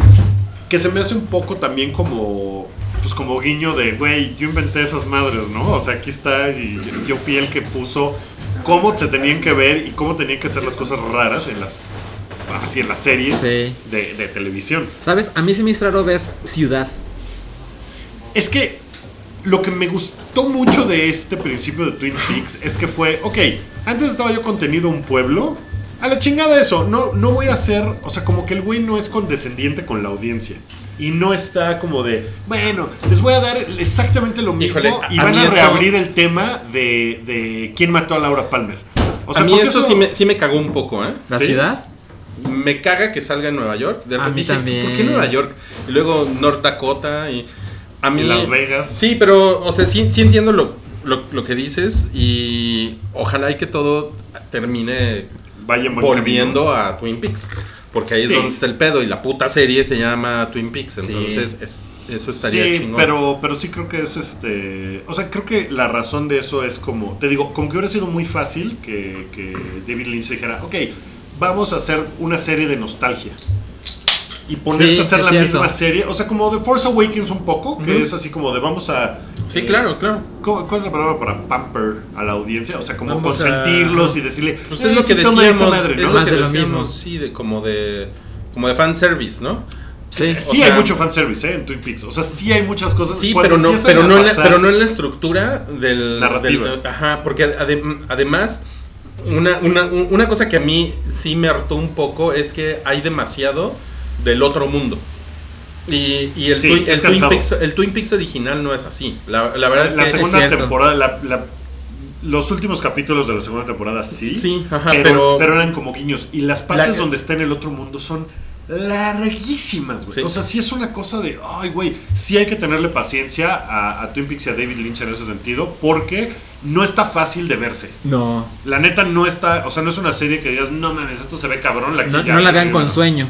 Que se me hace un poco también como, pues como guiño de, güey, yo inventé esas madres, ¿no? O sea, aquí está y yo fui el que puso cómo se tenían que ver y cómo tenían que ser las cosas raras en las, así en las series Sí. de, de televisión. ¿Sabes? A mí se me hizo raro ver ciudad. Es que lo que me gustó mucho de este principio de Twin Peaks es que fue, ok, antes estaba yo contenido un pueblo. A la chingada eso, no, no voy a hacer, o sea, como que el güey no es condescendiente con la audiencia. Y no está como de, bueno, les voy a dar exactamente lo mismo Híjole, y a van mí a eso- reabrir el tema de, de quién mató a Laura Palmer. O sea, a mí porque eso, Sí, me, sí me cagó un poco, ¿eh? La Sí. ciudad. Me caga que salga en Nueva York. De A mí repente dije, también. ¿por qué Nueva York? Y luego North Dakota y a mí Y Las Vegas. Sí, pero o sea, sí, sí entiendo lo, lo- lo que dices y ojalá y que todo termine Vaya en buen volviendo a Twin Peaks. Porque ahí Sí. es donde está el pedo y la puta serie se llama Twin Peaks. Entonces es- eso estaría sí, chingón. pero, pero sí creo que es este. O sea, creo que la razón de eso es como. Te digo, como que hubiera sido muy fácil que, que David Lynch dijera, ok, vamos a hacer una serie de nostalgia. Y ponerse Sí, a hacer es la cierto. misma serie. O sea, como The Force Awakens un poco, que es así como de vamos a. sí, eh, claro, claro. ¿cu- ¿Cuál es la palabra para pamper a la audiencia? O sea, como Vamos a- consentirlos y decirle. Pues "Eh, es lo que sí, toma esta decíamos. madre", es ¿no? lo Más que de lo decíamos, mismo. sí, de como de. como de fanservice, ¿no? Sí. Sí, o sea- hay mucho fanservice ¿eh? en Twin Peaks. O sea, sí hay muchas cosas. Sí, Cuando pero no, empiezan pero, a no en la, pasar- pero no en la estructura del... Narrativa. del- ajá, porque adem- además, una, una- un- una cosa que a mí sí me hartó un poco es que hay demasiado del otro mundo. Y, y el, Sí, Twin, es el, Twin cansado. Peaks, el Twin Peaks original no es así. La, la verdad es la que... segunda cierto. temporada, la- la- los últimos capítulos de la segunda temporada sí, Sí, ajá, pero, pero- pero eran como guiños. Y las partes La- donde está en el otro mundo son larguísimas, güey. Sí. O sea, sí es una cosa de, ay, güey, sí hay que tenerle paciencia a, a Twin Peaks y a David Lynch en ese sentido, porque no está fácil de verse. No. La neta no está, o sea, no es una serie que digas, no mames, esto se ve cabrón. La que No, ya- no la vean con no". sueño.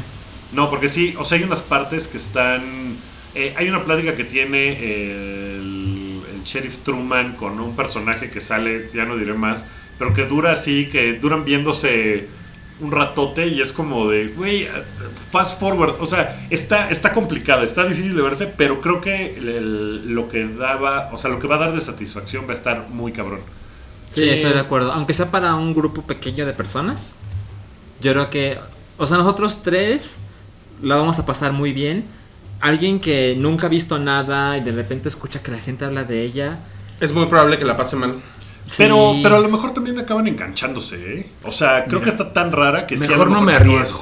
No, porque sí, o sea, hay unas partes que están. eh, hay una plática que tiene el, el sheriff Truman con un personaje que sale, ya no diré más, pero que dura así, que duran viéndose un ratote y es como de, güey, eh, fast forward. O sea, está, está complicada, está difícil de verse, pero creo que el- el- lo que daba, o sea, lo que va a dar de satisfacción va a estar muy cabrón. Sí, estoy de acuerdo. Aunque sea para un grupo pequeño de personas, yo creo que, o sea, nosotros tres la vamos a pasar muy bien. Alguien que nunca ha visto nada y de repente escucha que la gente habla de ella. Es muy probable que la pase mal. Pero, sí. pero a lo mejor también acaban enganchándose, ¿eh? O sea, creo que está tan rara que sí, a Mejor lo no me es. arriesgo.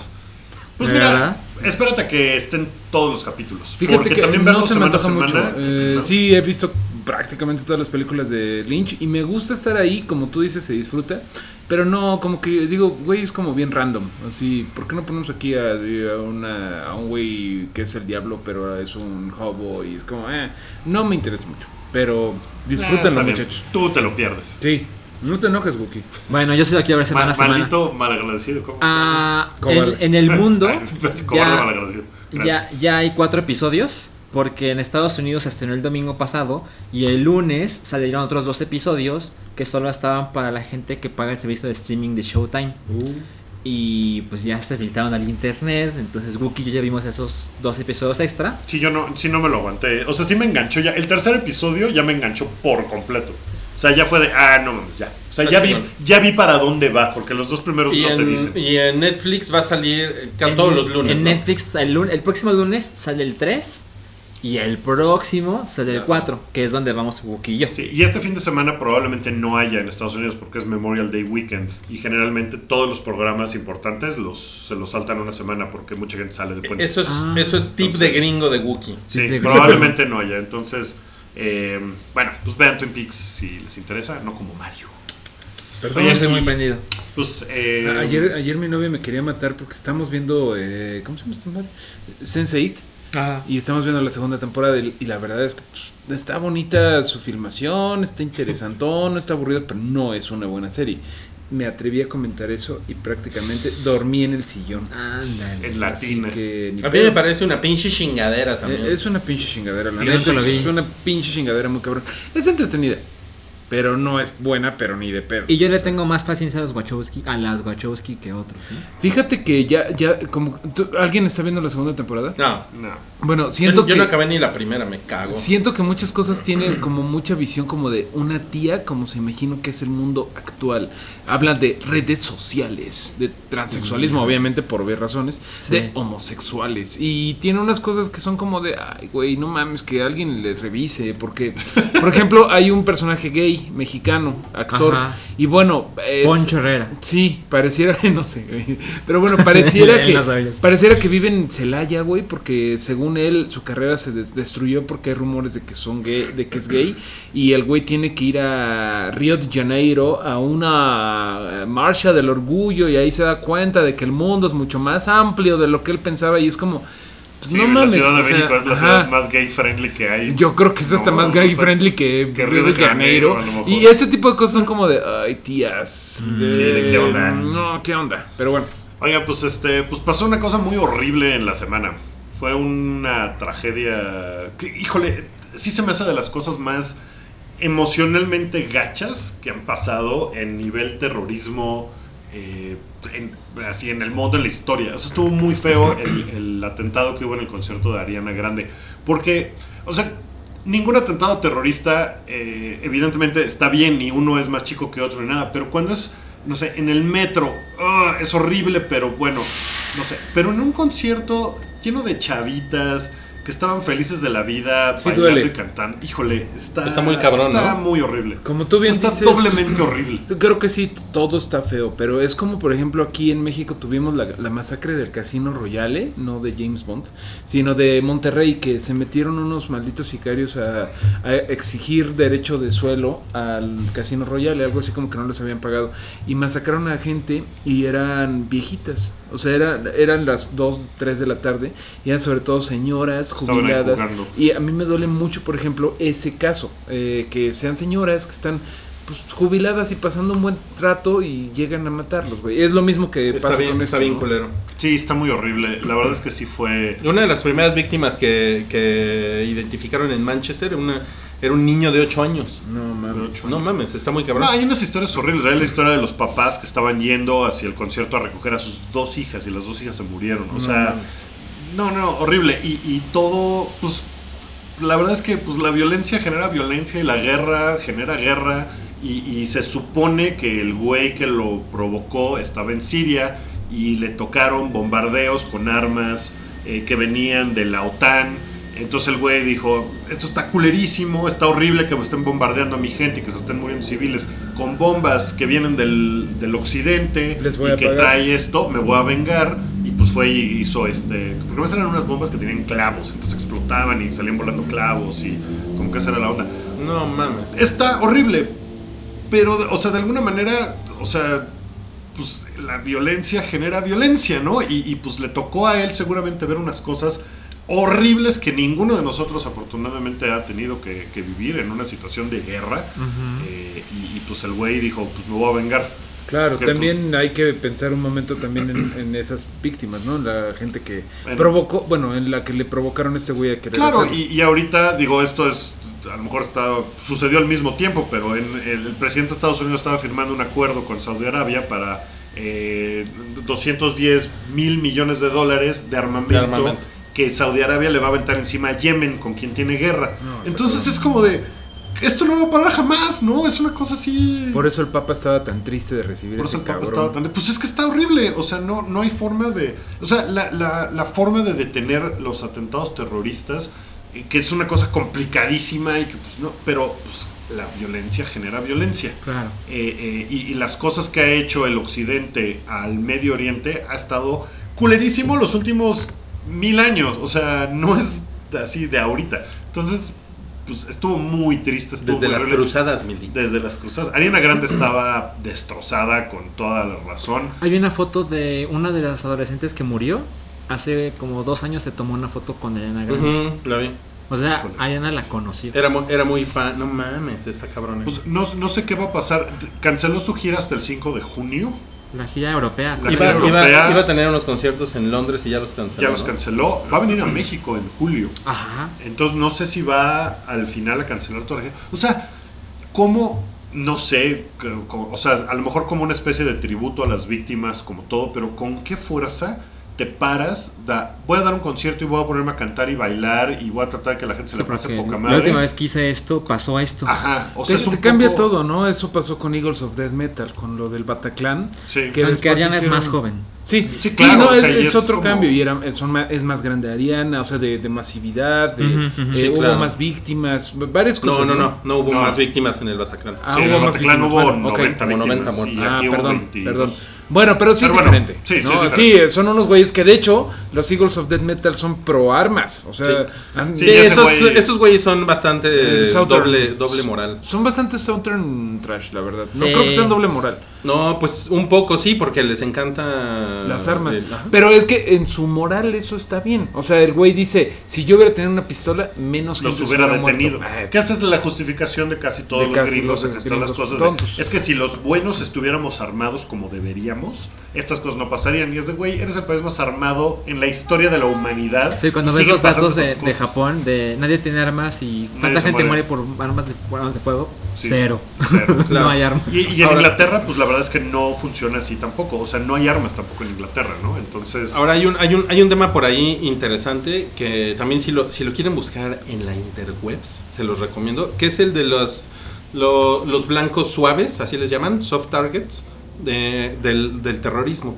Pues ¿De mira, verdad? espérate a que estén todos los capítulos. Fíjate porque que también no verlos se me semana a antoja semana. mucho. Eh, ¿no? Sí, he visto prácticamente todas las películas de Lynch y me gusta estar ahí, como tú dices, se disfruta. Pero no, como que digo, güey, es como bien random. Así, ¿por qué no ponemos aquí a, a una, a un güey que es el diablo, pero es un hobo? Y es como, eh, no me interesa mucho. Pero Ah, disfrútenlo, está bien. muchachos. Tú te lo pierdes. Sí, no te enojes, Wookie. Bueno, yo sí la quiero ver semana Ma- a semana. maldito, malagradecido. ¿cómo? Ah, Cobarde. en, en el mundo Ay, es cobarde, ya, malagradecido. Gracias. ya, ya hay cuatro episodios. Porque en Estados Unidos se estrenó el domingo pasado y el lunes salieron otros dos episodios que solo estaban para la gente que paga el servicio de streaming de Showtime. Y pues ya se filtraron al internet. Entonces Wookie y yo ya vimos esos dos episodios extra. Sí, yo no, sí no me lo aguanté. O sea, sí me enganchó ya. El tercer episodio ya me enganchó por completo. O sea, ya fue de, ah, no mames, ya. O sea, ya vi, ya vi para dónde va, porque los dos primeros Y Pues no te en, dicen. y en Netflix va a salir eh, ca- todos En- los lunes. En ¿no? Netflix, el, lun- el próximo lunes sale el 3. Y el próximo sale el 4, que es donde vamos Wookie y yo. Sí, y este fin de semana probablemente no haya en Estados Unidos porque es Memorial Day Weekend y generalmente todos los programas importantes los, se los saltan una semana porque mucha gente sale de puente. Eso es, Ah, Ah. eso es tip Entonces- de gringo de Wookiee. Sí, probablemente no haya. Entonces, eh, bueno, pues vean Twin Peaks si les interesa, no como Mario. Perdón, Yo Oye, estoy muy y- prendido. Pues, eh, A- Ah, Ayer, ayer mi novia me quería matar porque estamos viendo. eh, ¿Cómo se llama esta madre? Sense8. Y estamos viendo la segunda temporada. del- y la verdad es que pues, está bonita su filmación, está interesantón, no está aburrido, pero no es una buena serie. Me atreví a comentar eso y prácticamente dormí en el sillón. Ándale. en latina. Así que ni A mí pedo. me parece una pinche chingadera también. Eh, Es una pinche chingadera, la Y neta. nunca la vi. Es una pinche chingadera muy cabrón. Es entretenida, pero no es buena, pero ni de pedo. Y yo le tengo más paciencia a los Wachowski, a las Wachowski que otros. ¿eh? Fíjate que ya, ya, como ¿tú- alguien está viendo la segunda temporada. No, no. Bueno, yo, siento yo que no acabé ni la primera, me cago. siento que muchas cosas tienen como mucha visión como de una tía, como se imagino que es el mundo actual. Hablan de redes sociales, de transexualismo, obviamente por ver razones, Sí. de homosexuales y tiene unas cosas que son como de, ay, güey, no mames, que alguien le revise, porque, por ejemplo, hay un personaje gay mexicano, actor, Ajá. y bueno, es- Poncho Herrera. Sí, pareciera, no sé, güey. pero bueno, pareciera Él que no sabía eso. pareciera que vive en Celaya, güey, porque según él su carrera se des- destruyó porque hay rumores de que son gay, de que es gay y el güey tiene que ir a Río de Janeiro a una eh, marcha del orgullo y ahí se da cuenta de que el mundo es mucho más amplio de lo que él pensaba y es como pues, Sí, no la mames, Ciudad de o sea, México es la ajá. ciudad más gay friendly que hay. Yo creo que es hasta No, más eso gay está- friendly que, Río de Janeiro. a lo mejor. Mm, y ese tipo de cosas son como de, ay, tías. eh, sí, ¿de qué onda? No, qué onda. Pero bueno, Oiga, pues este, pues pasó una cosa muy horrible en la semana. Fue una tragedia que, híjole, sí se me hace de las cosas más emocionalmente gachas que han pasado en nivel terrorismo, eh, en- así en el mundo, en la historia. O sea, estuvo muy feo el, el atentado que hubo en el concierto de Ariana Grande. Porque, o sea, ningún atentado terrorista, eh, evidentemente, está bien, ni uno es más chico que otro, ni nada. Pero cuando es, no sé, en el metro, ¡ah! es horrible, pero bueno, no sé. Pero en un concierto lleno de chavitas que estaban felices de la vida, Sí, bailando duele. y cantando, híjole, está, Está muy cabrón, está ¿no? muy horrible. Como tú O sea, bien está dices- doblemente horrible. creo que sí, todo está feo. Pero es como, por ejemplo, aquí en México tuvimos la, la masacre del Casino Royale, no de James Bond, sino de Monterrey, que se metieron unos malditos sicarios a, a exigir derecho de suelo al Casino Royale, algo así como que no les habían pagado. Y masacraron a gente y eran viejitas. O sea, era- eran las 2, 3 de la tarde y eran sobre todo señoras Estaban ahí jubiladas. jugando. Y a mí me duele mucho, por ejemplo, ese caso, eh, que sean señoras que están pues, jubiladas y pasando un buen trato y llegan a matarlos, güey. Es lo mismo que Está pasa bien, con está esto, bien ¿no? culero. Sí, está muy horrible. La verdad es que sí fue. Una de las primeras víctimas que, que identificaron en Manchester una, era un niño de 8 años. No mames. No mames, está muy cabrón. No, Ah, hay unas historias horribles. Hay la historia de los papás que estaban yendo hacia el concierto a recoger a sus dos hijas y las dos hijas se murieron. O sea, no, no, horrible. Y, y todo, pues, la verdad es que pues, la violencia genera violencia y la guerra genera guerra. Y, y se supone que el güey que lo provocó estaba en Siria y le tocaron bombardeos con armas eh, que venían de la OTAN. Entonces el güey dijo, esto está culerísimo, está horrible que me estén bombardeando a mi gente y que se estén muriendo civiles con bombas que vienen del, del occidente Les voy y a que pagar". trae esto, me voy a vengar. Y pues fue y hizo este... Porque además eran unas bombas que tenían clavos, entonces explotaban y salían volando clavos y como que esa era la onda. No mames. Está horrible, pero, o sea, de alguna manera, o sea, pues la violencia genera violencia, ¿no? Y, y, pues le tocó a él seguramente ver unas cosas horribles que ninguno de nosotros afortunadamente ha tenido que, que vivir en una situación de guerra. Eh, y, y, pues el güey dijo, pues me voy a vengar. Claro, Que, también hay que pensar un momento también en, en esas víctimas, ¿no? La gente que Bueno. provocó, bueno, en la que le provocaron a este güey a querer Claro, hacerlo. y, y ahorita digo, esto es, a lo mejor está, sucedió al mismo tiempo, pero en, el, el presidente de Estados Unidos estaba firmando un acuerdo con Saudi Arabia para eh, 210 mil millones de dólares de armamento, De armamento. que Saudi Arabia le va a aventar encima a Yemen, con quien tiene guerra. Entonces es como de... esto no va a parar jamás, ¿no? Es una cosa así. Por eso el Papa estaba tan triste de recibir Por eso el ese Papa cabrón. estaba tan... Pues es que está horrible. O sea, no, no hay forma de... O sea, la, la- la forma de detener los atentados terroristas, eh, que es una cosa complicadísima y que pues no... Pero pues la violencia genera violencia. Claro. Eh, eh, y, y las cosas que ha hecho el Occidente al Medio Oriente ha estado culerísimo los últimos mil años. O sea, no es así de ahorita. Entonces, pues estuvo muy triste. Estuvo Desde muy las horrible. cruzadas, Mildito. Desde las cruzadas. Ariana Grande estaba destrozada con toda la razón. Hay una foto de una de las adolescentes que murió. Hace como dos años se tomó una foto con Ariana Grande. Ujú, la vi. O sea, Híjole. Ariana la conoció. Era, mu- era muy fan. No mames, esta cabrona. Pues no, no sé qué va a pasar. Canceló su gira hasta el 5 de junio. La gira europea. La iba, gira iba- europea iba a tener unos conciertos en Londres y ya los canceló. ya los ¿no? canceló. Va a venir a México en julio. Ajá. Entonces no sé si va al final a cancelar toda la gira. O sea, como, no sé, co- co- o sea, a lo mejor como una especie de tributo a las víctimas, como todo, pero con qué fuerza te paras, da- voy a dar un concierto y voy a ponerme a cantar y bailar y voy a tratar de que la gente se la pase Porque poca la última madre. vez que hice esto, pasó esto. Ajá, o Te, sea, es un te cambia poco- todo, ¿no? Eso pasó con Eagles of Death Metal, con lo del Bataclan. Sí. que Aunque después Ariana es hicieron- más joven. Sí, Sí, sí, claro, no, o es, sea, y es es otro como- cambio y era, es, son ma- es más grande Ariana, o sea, de, de masividad, de, Ujú, ujú. eh, Sí, hubo claro. más víctimas, varias cosas. No, no, no. No hubo No. más víctimas en el Bataclan. Ah, Sí, en hubo el más Bataclan víctimas. hubo Bueno, ok. 90 Como víctimas 90 y Ah, aquí hubo perdón, 22. perdón. Bueno, pero sí Pero es bueno, diferente. sí, sí ¿no? es diferente. Sí, son unos güeyes que de hecho los Eagles of Death Metal son pro armas. O sea, han- Sí, Sí, ese esos, güey- esos güeyes son bastante Eh, Southern. doble, doble moral. son bastante Southern trash, la verdad. No Sí. creo que sean doble moral. No, pues un poco sí, porque les Ah, encanta las armas. el- ajá. Pero es que en su moral eso está bien. O sea, el güey dice, si yo hubiera tenido una pistola, menos los gente se hubiera muerto". detenido. Ah, ¿Qué haces la justificación de casi todos De los casi gringos los a que están las gringos cosas? de, tontos. es que si los buenos estuviéramos armados como deberíamos, estas cosas no pasarían. Y es de, güey, eres el país más armado en la historia de la humanidad. Sí, cuando Y ves siguen los datos pasando de, esas de cosas. Japón, de nadie tiene armas y Nadie cuánta se gente muere. muere, por armas de, por armas de fuego, Sí, cero. cero. Claro. No hay armas. Y, y en Ahora- Inglaterra, pues la verdad es que no funciona así tampoco. O sea, no hay armas tampoco en Inglaterra, ¿no? Entonces, Ahora hay un, hay un hay un tema por ahí interesante que también si lo, si lo quieren buscar en la interwebs, se los recomiendo, que es el de los lo- los blancos suaves, así les llaman, soft targets de- del, del terrorismo.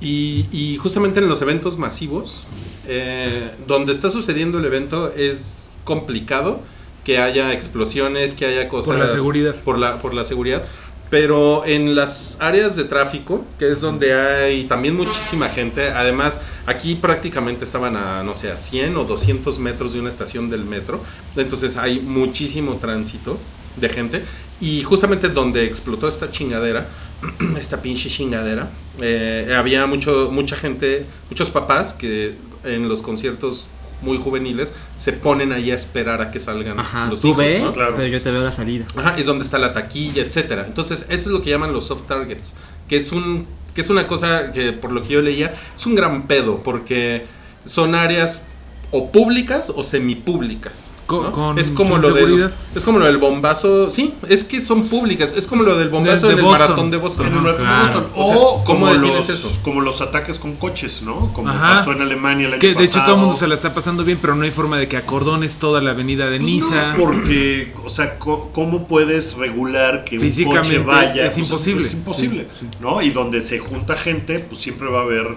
Y, y justamente en los eventos masivos, eh, donde está sucediendo el evento es complicado que haya explosiones, que haya cosas... seguridad. Por la, por la seguridad. Pero en las áreas de tráfico, que es donde hay también muchísima gente, además aquí prácticamente estaban a, no sé, a 100 o 200 metros de una estación del metro, entonces hay muchísimo tránsito de gente. Y justamente donde explotó esta chingadera, esta pinche chingadera, eh, había mucho, mucha gente, muchos papás que en los conciertos muy juveniles se ponen ahí a esperar a que salgan Ajá, los tú hijos, ve, ¿no? Claro. pero yo te veo la salida. Ajá, es donde está la taquilla, etcétera. Entonces, eso es lo que llaman los soft targets, que es un que es una cosa que por lo que yo leía es un gran pedo porque son áreas o públicas o semipúblicas. Co- ¿no? con- es como con lo del seguridad. es como lo del bombazo, sí, es que son públicas, es como lo del bombazo de en el Boston. maratón de Boston. en el maratón de claro. Boston. O sea, O, ¿cómo como, los, detienes eso? como los ataques con coches, ¿no? Como Ajá. pasó en Alemania el año Que de hecho pasado. todo el mundo se la está pasando bien, pero no hay forma de que acordones toda la avenida de Pues no, Niza. porque, o sea, co- ¿cómo puedes regular que un coche Físicamente vaya? es Pues imposible. Es, imposible, Sí, ¿no? Y donde se junta gente, pues siempre va a haber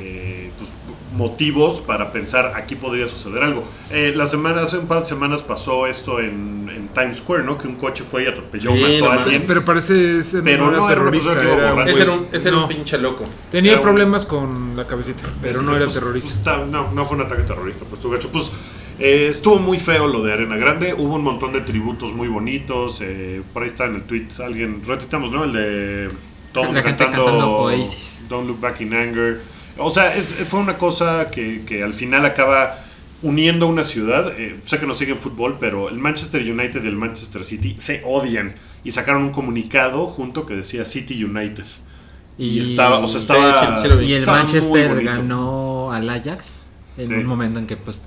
eh, pues, motivos para pensar aquí podría suceder algo. Eh, la semana, hace un par de semanas pasó esto en, en Times Square, ¿no? Que un coche fue y atropelló, Sí, mató no a alguien. mames. Pero parece ser Pero no una era una terrorista. persona que iba era un- borracho. Ese era un, ese era un No. pinche loco. Tenía era un- problemas con la cabecita, pero no Este, era pues, terrorista. pues, ta- no, no fue un ataque terrorista, pues estuvo gacho. Pues eh, estuvo muy feo lo de Arena Grande. Hubo un montón de tributos muy bonitos. eh, por ahí está en el tweet alguien. Retitamos, ¿no? El de. Todo La gente cantando, cantando Oasis. Don't Look Back in Anger. O sea, es- fue una cosa que, que al final acaba uniendo una ciudad. Eh, sé que no siguen fútbol, pero el Manchester United y el Manchester City se odian. Y sacaron un comunicado junto que decía City United. Y, estaba, o sea, estaba. sí, sí lo vi. y el estaba muy Manchester bonito. ganó al Ajax en Sí. un momento en que pues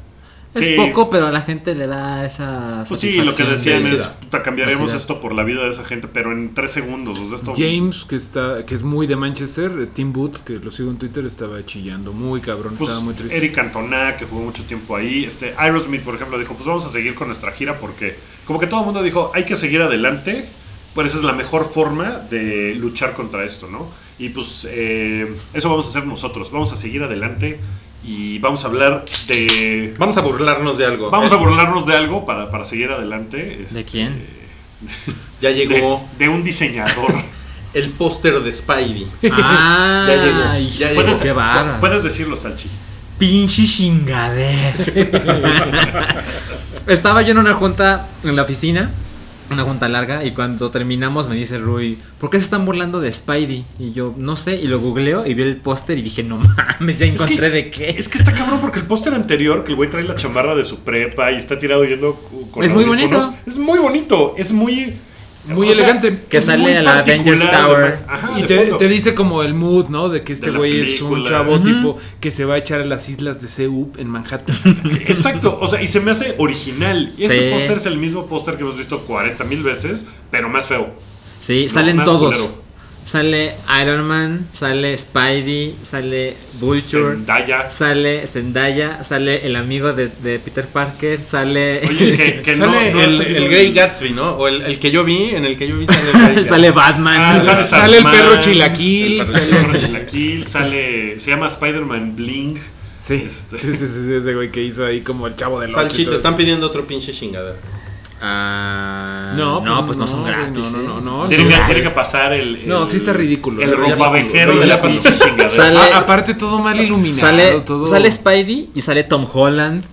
Es Sí. poco, pero a la gente le da esa. Pues sí, lo que satisfacción. decían sí, es, sí. puta, cambiaremos Facilidad. esto por la vida de esa gente, pero en tres segundos. O sea, esto... James, que está que es muy de Manchester, eh, Tim Booth, que lo sigo en Twitter, estaba chillando muy cabrón, Pues, estaba muy triste. Eric Cantona, que jugó mucho tiempo ahí. Este, Aerosmith, por ejemplo, dijo, pues vamos a seguir con nuestra gira porque como que todo el mundo dijo, hay que seguir adelante, pues esa es la mejor forma de luchar contra esto, ¿no? Y pues eh, eso vamos a hacer nosotros, vamos a seguir adelante y vamos a hablar de... Vamos a burlarnos de algo. Vamos Eh, a burlarnos de algo para, para seguir adelante. este, ¿De quién? Ya de- llegó de un diseñador. el póster de Spidey. Ah, Ya llegó. Ya llegó. Puedes, Qué bárbaro. puedes decirlo, Salchi. Pinche chingadera. Estaba yo en una junta en la oficina, una junta larga, y cuando terminamos me dice Rui, ¿por qué se están burlando de Spidey? Y yo, no sé, y lo googleo y vi el póster y dije, no mames, ya encontré de qué. Es que está cabrón porque el póster anterior, que el güey trae la chamarra de su prepa y está tirado yendo cu- con Es muy audífonos, bonito. Es muy bonito, es muy... Muy o sea, elegante. Que es sale muy a la Avengers particular, Tower. además. Ajá, Y de te, fondo. te dice como el mood, ¿no? De que este De la güey es un película. chavo Ujú. tipo que se va a echar a las islas de Ceú en Manhattan. Exacto, o sea, y se me hace original. Y este Sí. póster es el mismo póster que hemos visto 40 mil veces, pero más feo. Sí, No, salen más todos. culero. Sale Iron Man, sale Spidey, sale Vulture, Zendaya. sale Zendaya, sale el amigo de, de Peter Parker, sale... Oye, que, que no, Sale no ha el, salido el Grey Gatsby, ¿no? O el, el que yo vi, en el que yo vi sale el Grey Gatsby. sale Batman. Ah, sale Sale el Sandman, perro chilaquil, El perro sale- chilaquil, sale. Se llama Spider-Man Bling. Sí, Este. sí, sí, sí, ese güey que hizo ahí como el chavo del ocho y Salchi, te todo están pidiendo otro pinche chingadera. Ah, eso. no, pues no, son güey, gratis. No, no, eh. no. no, Tiene sí, que, sí. tiene que pasar el. No, el- sí está ridículo. El Está robavejero ridículo. de la pinche chingadera. Sale- A- aparte todo mal iluminado, Sale, todo. sale Spidey y sale Tom Holland.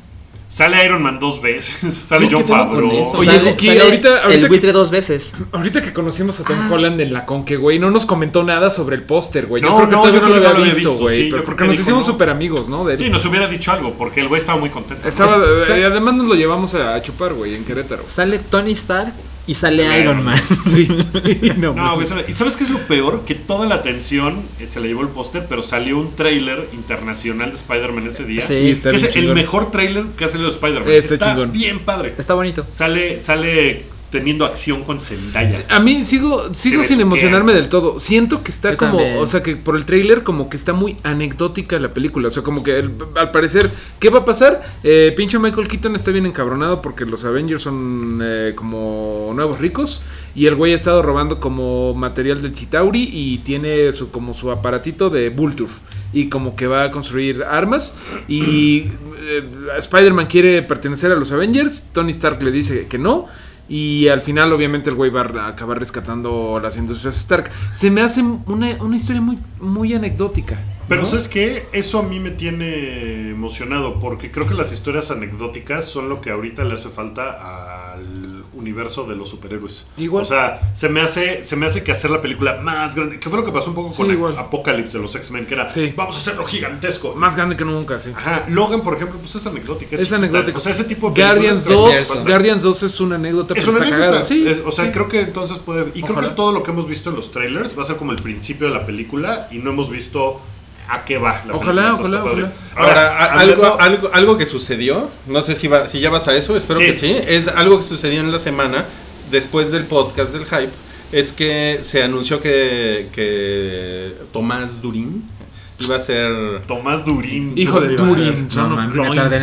Sale Iron Man dos veces. Sale ¿Qué John pedo con Favreau. eso? Oye, sale, Guki, sale ahorita- ahorita el que- buitre dos veces. Ahorita que conocimos a Tom Ah. Holland en la Conque, güey, no nos comentó nada sobre el póster, güey. Yo No, creo que no, todavía yo no lo creo que había visto, güey. sí, yo creo pero porque que nos dijo, hicimos ¿no? súper amigos, ¿no? De- Sí, nos hubiera dicho algo, porque el güey estaba muy contento. Estaba- Es- eh, además nos lo llevamos a chupar, güey, en Querétaro. Sale Tony Stark y sale Sale Iron Iron Man. Sí, sí, no. No, güey, eso- y sabes qué es lo peor? Que toda la atención eh, se la llevó el póster, pero salió un tráiler internacional de Spider-Man ese día. Sí, Y Que está es bien el chingón. mejor tráiler que ha salido de Spider-Man. Está Está, chingón. bien padre. Está bonito. Sale, sale teniendo acción con Zendaya. Pues, A mí sigo, sigo ves sin que- emocionarme del todo. Siento que está Yo como, también. o sea, que por el tráiler como que está muy anecdótica la película. O sea, como que el- al parecer, ¿qué va a pasar? Eh, pinche Michael Keaton está bien encabronado porque los Avengers son eh, como nuevos ricos y el güey ha estado robando como material del Chitauri y tiene su, como su aparatito de Vulture. Y como que va a construir armas. Y eh, Spider-Man quiere pertenecer a los Avengers. Tony Stark le dice que no. Y al final, obviamente, el güey va a acabar rescatando las industrias Stark. Se me hace una, una historia muy, muy anecdótica. Pero ¿no? ¿sabes qué? Eso a mí me tiene emocionado porque creo que las historias anecdóticas son lo que ahorita le hace falta al universo de los superhéroes. Igual. O sea, se me hace se me hace que hacer la película más grande, que fue lo que pasó un poco Sí, con igual. Apocalipsis de los X-Men, que era Sí. vamos a hacerlo gigantesco. Más grande que nunca, sí. Ajá, Logan, por ejemplo, pues es anecdótica. es Ah, chiquita. anecdótico. O sea, ese tipo de Guardians películas que hacen 2, falta. Guardians 2 es una anécdota, Es pero una está anécdota. cagada. Sí, Es- o sea, sí. creo que entonces puede. Y creo Ojalá. que todo lo que hemos visto en los trailers va a ser como el principio de la película y no hemos visto a qué va la Ojalá, película. Entonces, ojalá, está padre. Ahora, a- hablando- algo, algo, algo que sucedió, no sé si, va, si ya vas a eso, espero Sí. que sí, es algo que sucedió en la semana después del podcast del hype, es que se anunció que, que Tomás Durín iba a ser... Tomás Durín. Hijo ¿no? de Iba a ser- Turing, No, son man, of me Loin. tardé en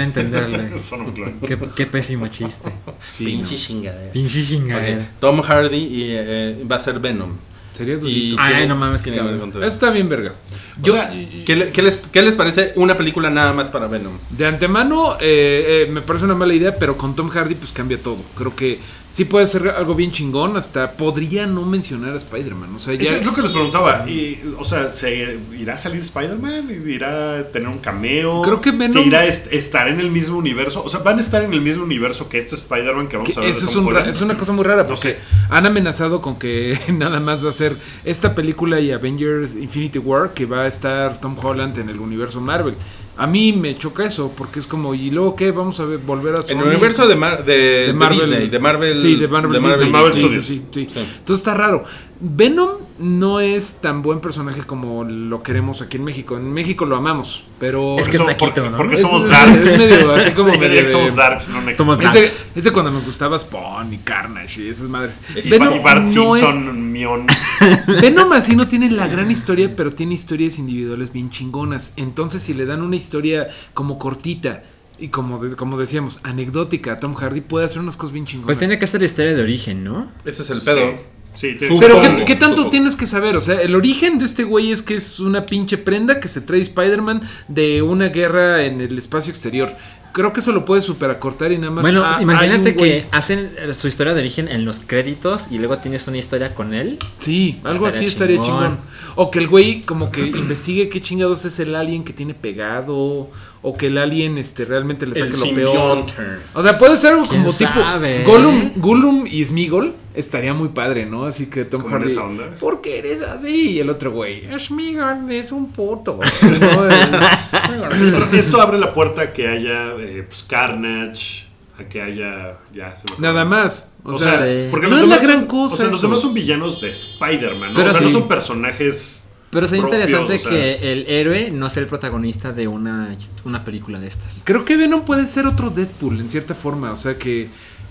entenderle. Son of Clan. qué, qué pésimo chiste. pinche chingadera. Pinche chingadera. Ok, Tom Hardy y, eh, va a ser Venom. Sería Y durito. Ay, tiene- no mames, qué tiene que ver cabrón. con todo Eso eso. está bien, verga. O sea, ¿qué, le- qué les, qué les parece una película nada más para Venom? De antemano eh, eh, me parece una mala idea, pero con Tom Hardy pues cambia todo. Creo que sí puede ser algo bien chingón, hasta podría no mencionar a Spider-Man. O sea, Eso ya... es lo que les preguntaba. y, o sea, ¿se irá a salir Spider-Man? ¿Irá a tener un cameo? Creo que Venom- ¿Se irá a est- estar en el mismo universo? O sea, ¿van a estar en el mismo universo que este Spider-Man que vamos Que a ver? de eso es, Tom un ra- Holland? es una cosa muy rara No porque sé. han amenazado con que nada más va a ser esta película y Avengers Infinity War que va a estar Tom Holland en el universo Marvel. A mí me choca eso, porque es como, ¿y luego qué? Vamos a ver, volver a En Sony. el universo de, Mar- de, de Marvel. Disney, de Marvel. Sí, de Marvel. de Marvel Disney, Marvel sí, Studios. sí, sí, sí. Entonces está raro. Venom no es tan buen personaje como lo queremos aquí en México. En México lo amamos, pero. Porque, que so- es naquito, porque- ¿no? porque Es- somos es- darks. es medio así como Sí, yo medio diría que de- somos darks, no me Somos Es de, es de cuando nos gustaba Spawn y Carnage y esas madres. Y Venom Ba- y Bart no es- Simpson, Mion. Venom así no tiene la gran historia, pero tiene historias individuales bien chingonas. Entonces, si le dan una historia como cortita y como, de- como decíamos, anecdótica a Tom Hardy, puede hacer unas cosas bien chingonas. Pues tiene que ser la historia de origen, ¿no? Ese es el pedo. Sí, Su- tienes- Pero ¿qué, Supongo, qué tanto supongo. tienes que saber? O sea, el origen de este güey es que es una pinche prenda que se trae Spider-Man de una guerra en el espacio exterior. Creo que eso lo puedes superacortar y nada más. Bueno, ah, hay imagínate un güey- que hacen eh, su historia de origen en los créditos y luego tienes una historia con él. Sí, algo Estaría así estaría chingón. chingón. O que el güey como que investigue qué chingados es el alien que tiene pegado. O que el alien este, realmente le saque El lo peor. simbionte. O sea, puede ser algo ¿Quién como sabe? tipo Gollum, Gollum y Smigol. Estaría muy padre, ¿no? Así que Tom Con Hardy. esa onda. ¿Por qué eres así? Y el otro güey. Smigol es un puto. ¿no? Pero esto abre la puerta a que haya eh, pues, Carnage, a que haya. Ya, se me acabó. Nada más. O, O, sea, sea, sí. porque no los es la demás gran son- cosa. O sea, los eso. demás son villanos de Spider-Man, ¿no? Pero o sea, sí. no son personajes. Pero sería propios, interesante o sea. que el héroe no sea el protagonista de una, una película de estas. Creo que Venom puede ser otro Deadpool en cierta forma. O sea que.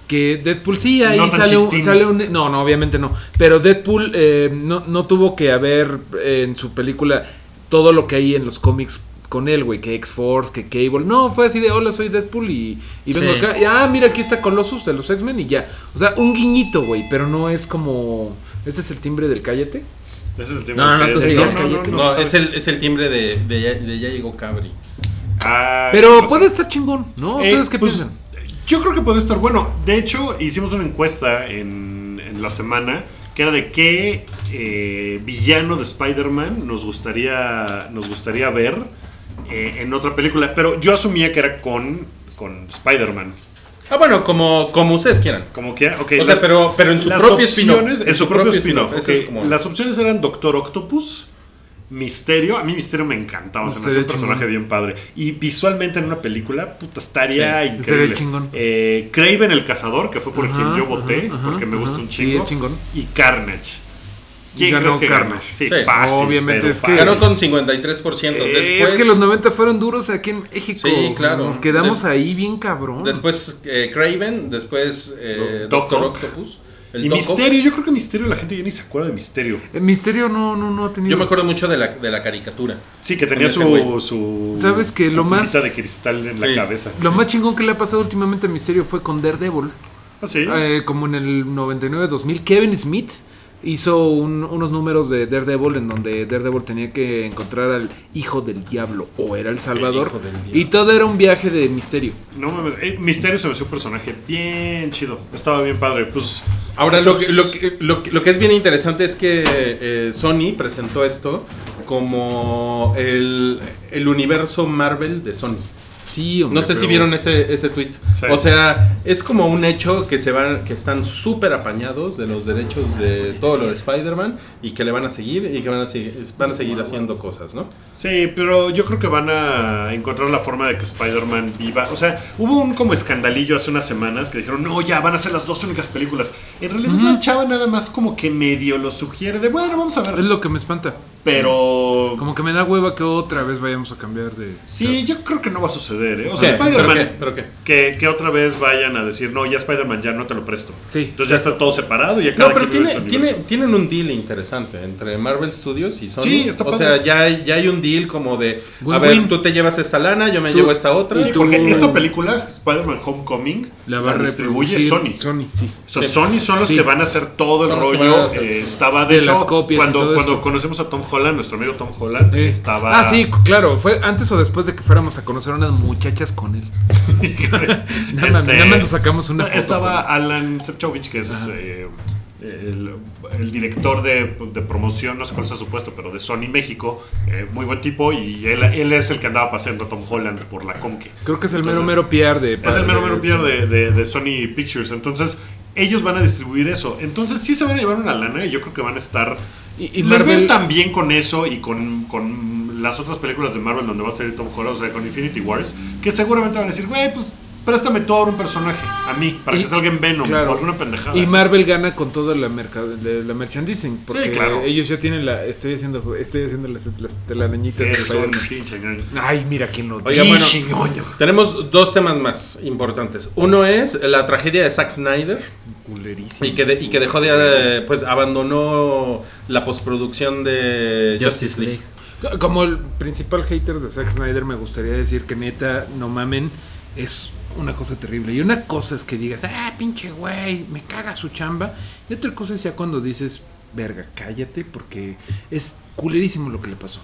Que Deadpool sí, ahí No tan sale, un, chistín. sale un- No, no, obviamente no. Pero Deadpool eh, no, no tuvo que haber eh, en su película todo lo que hay en los cómics con él, güey. Que X-Force, que Cable. No, fue así de: Hola, soy Deadpool y, y vengo Sí. acá. Y, ah, mira, aquí está Colossus de los X-Men y ya. O sea, un guiñito, güey. Pero no es como. Este es el timbre del cállate. Ese es el No, tema no, que- tú eh, sigue, cállate. No, es el, es el timbre de, de, ya, de ya llegó Cabri. Ah, Pero no sé. puede estar chingón, ¿no? Eh, ¿Ustedes qué pues, piensan? Yo creo que puede estar bueno. De hecho, hicimos una encuesta en, en la semana que era de qué eh, villano de Spider-Man nos gustaría, nos gustaría ver eh, en otra película. Pero yo asumía que era con, con Spider-Man. Ah, bueno, como, como ustedes quieran. Como que, ok, O sea, pero- pero en su las propio spin-off. opciones- En su propio spin-off. ese ok. es como- Las opciones eran Doctor Octopus, Misterio. A mí Misterio me encantaba. se me hacía un Misterio personaje bien padre. Y visualmente en una película, puta, estaría estaría increíble. chingón. Eh, Craven el cazador, que fue por Ajá, quien yo ajá, voté, ajá, porque me ajá. gusta un Sí, chingo. es chingón. Y Carnage. ¿Quién ganó crees que ganó? Carnage. Sí, Sí, fácil. obviamente pero es que- fácil. Ganó con 53%. Eh, después, es que los 90 fueron duros aquí en México. Pues, Sí, claro. Nos quedamos Des- ahí bien cabrón. después eh, Craven, después eh, Doc Doctor Ock. Octopus. El Y Doc Ock. Misterio, yo creo que Misterio, la gente ya ni se acuerda de Misterio. El misterio no, no, no ha tenido. Yo me acuerdo mucho de la, de la caricatura. Sí, que tenía Con ese su, güey. su. ¿Sabes que lo pupilita más- de cristal en la Sí. cabeza. Lo más chingón que le ha pasado últimamente a Misterio fue con Daredevil. Ah, sí. Eh, como en el 99-2000, Kevin Smith hizo un- unos números de Daredevil en donde Daredevil tenía que encontrar al hijo del diablo o era el salvador. hijo del diablo. y todo era un viaje de misterio. No mames, eh, Misterio se me hizo un personaje bien chido. Estaba bien padre. Pues. Ahora, eso lo que, es- lo, que, lo que- lo que es bien interesante es que eh, Sony presentó esto como el, el universo Marvel de Sony. Sí, hombre, No sé si pero- vieron ese, ese tweet. Pues Sí. O sea, es como un hecho que se van, que están súper apañados de los derechos de todo lo de Spider-Man y que le van a seguir y que van a, se- van a seguir haciendo cosas, ¿no? Sí, pero yo creo que van a encontrar la forma de que Spider-Man viva. O sea, hubo un como escandalillo hace unas semanas que dijeron, no, ya van a ser las dos únicas películas. En realidad, la chava nada más como que medio lo sugiere de, bueno, vamos a Es ver. lo que me espanta. Pero. Como que me da hueva que otra vez vayamos a cambiar de. Sí, yo creo que no va a suceder, ¿eh? O ¿Qué? sea, ¿Pero qué? Spider-Man. ¿Pero qué? Que, que otra vez vayan a decir, no, ya Spider-Man ya no te lo presto. Sí, Entonces ya está todo separado y ya No, cada pero quien tiene, vive en su tiene- universo. tienen un deal interesante entre Marvel Studios y Sony. Sí, está o padre. sea, ya, hay- ya hay un deal como de, a Win-win. ver, tú te llevas esta lana, yo me Tú- llevo esta otra. Sí, tú- porque esta película, Spider-Man Homecoming, la, va a distribuye Sony. reproducir Sony, sí. O sea, Sony son los Sí. que van a hacer todo el Son los que van a rollo. hacer eh, todo. estaba de, De hecho, las copias y cuando, todo cuando esto. conocemos a Tom Holland, nuestro amigo Tom Holland, Eh, estaba. Ah, sí, claro. Fue antes o después de que fuéramos a conocer a unas muchachas con él. Nada más- Este, nada más nos sacamos una foto Estaba Alan Sefcovic, que es eh, el, el director de, de promoción, no sé cuál sea su puesto, pero de Sony México. eh, muy buen tipo y él, él es el que andaba paseando a Tom Holland por la Conque. Creo que es el mero mero Entonces, PR de. Es el mero mero de- pier de, de- de Sony Pictures. Entonces, ellos van a distribuir eso. Entonces, sí se van a llevar una lana y yo creo que van a estar. Y- y les va a ir Marvel- tan bien con eso y con, con las otras películas de Marvel donde va a salir Tom Holland, o sea, con Infinity Wars, que seguramente van a decir, güey, pues préstame tú ahora un personaje, a mí, para Y- que salga en Venom claro. o alguna pendejada. Y Marvel gana con toda la, merca- de la merchandising. Porque claro. ellos ya tienen la. Estoy haciendo, estoy haciendo las, las telarañitas de Eres un Spider-Man. pinche ñoño. Ay, mira quién lo Oiga, bueno, Ñoño. tenemos dos temas más importantes. Uno es la tragedia de Zack Snyder Culerísimo. y que, de- y que dejó de, pues abandonó la postproducción de Justice League. Como el principal hater de Zack Snyder, me gustaría decir que neta, no mamen, es una cosa terrible. Y una cosa es que digas, ah, pinche güey, me caga su chamba. Y otra cosa es ya cuando dices, verga, cállate, porque es culerísimo lo que le pasó.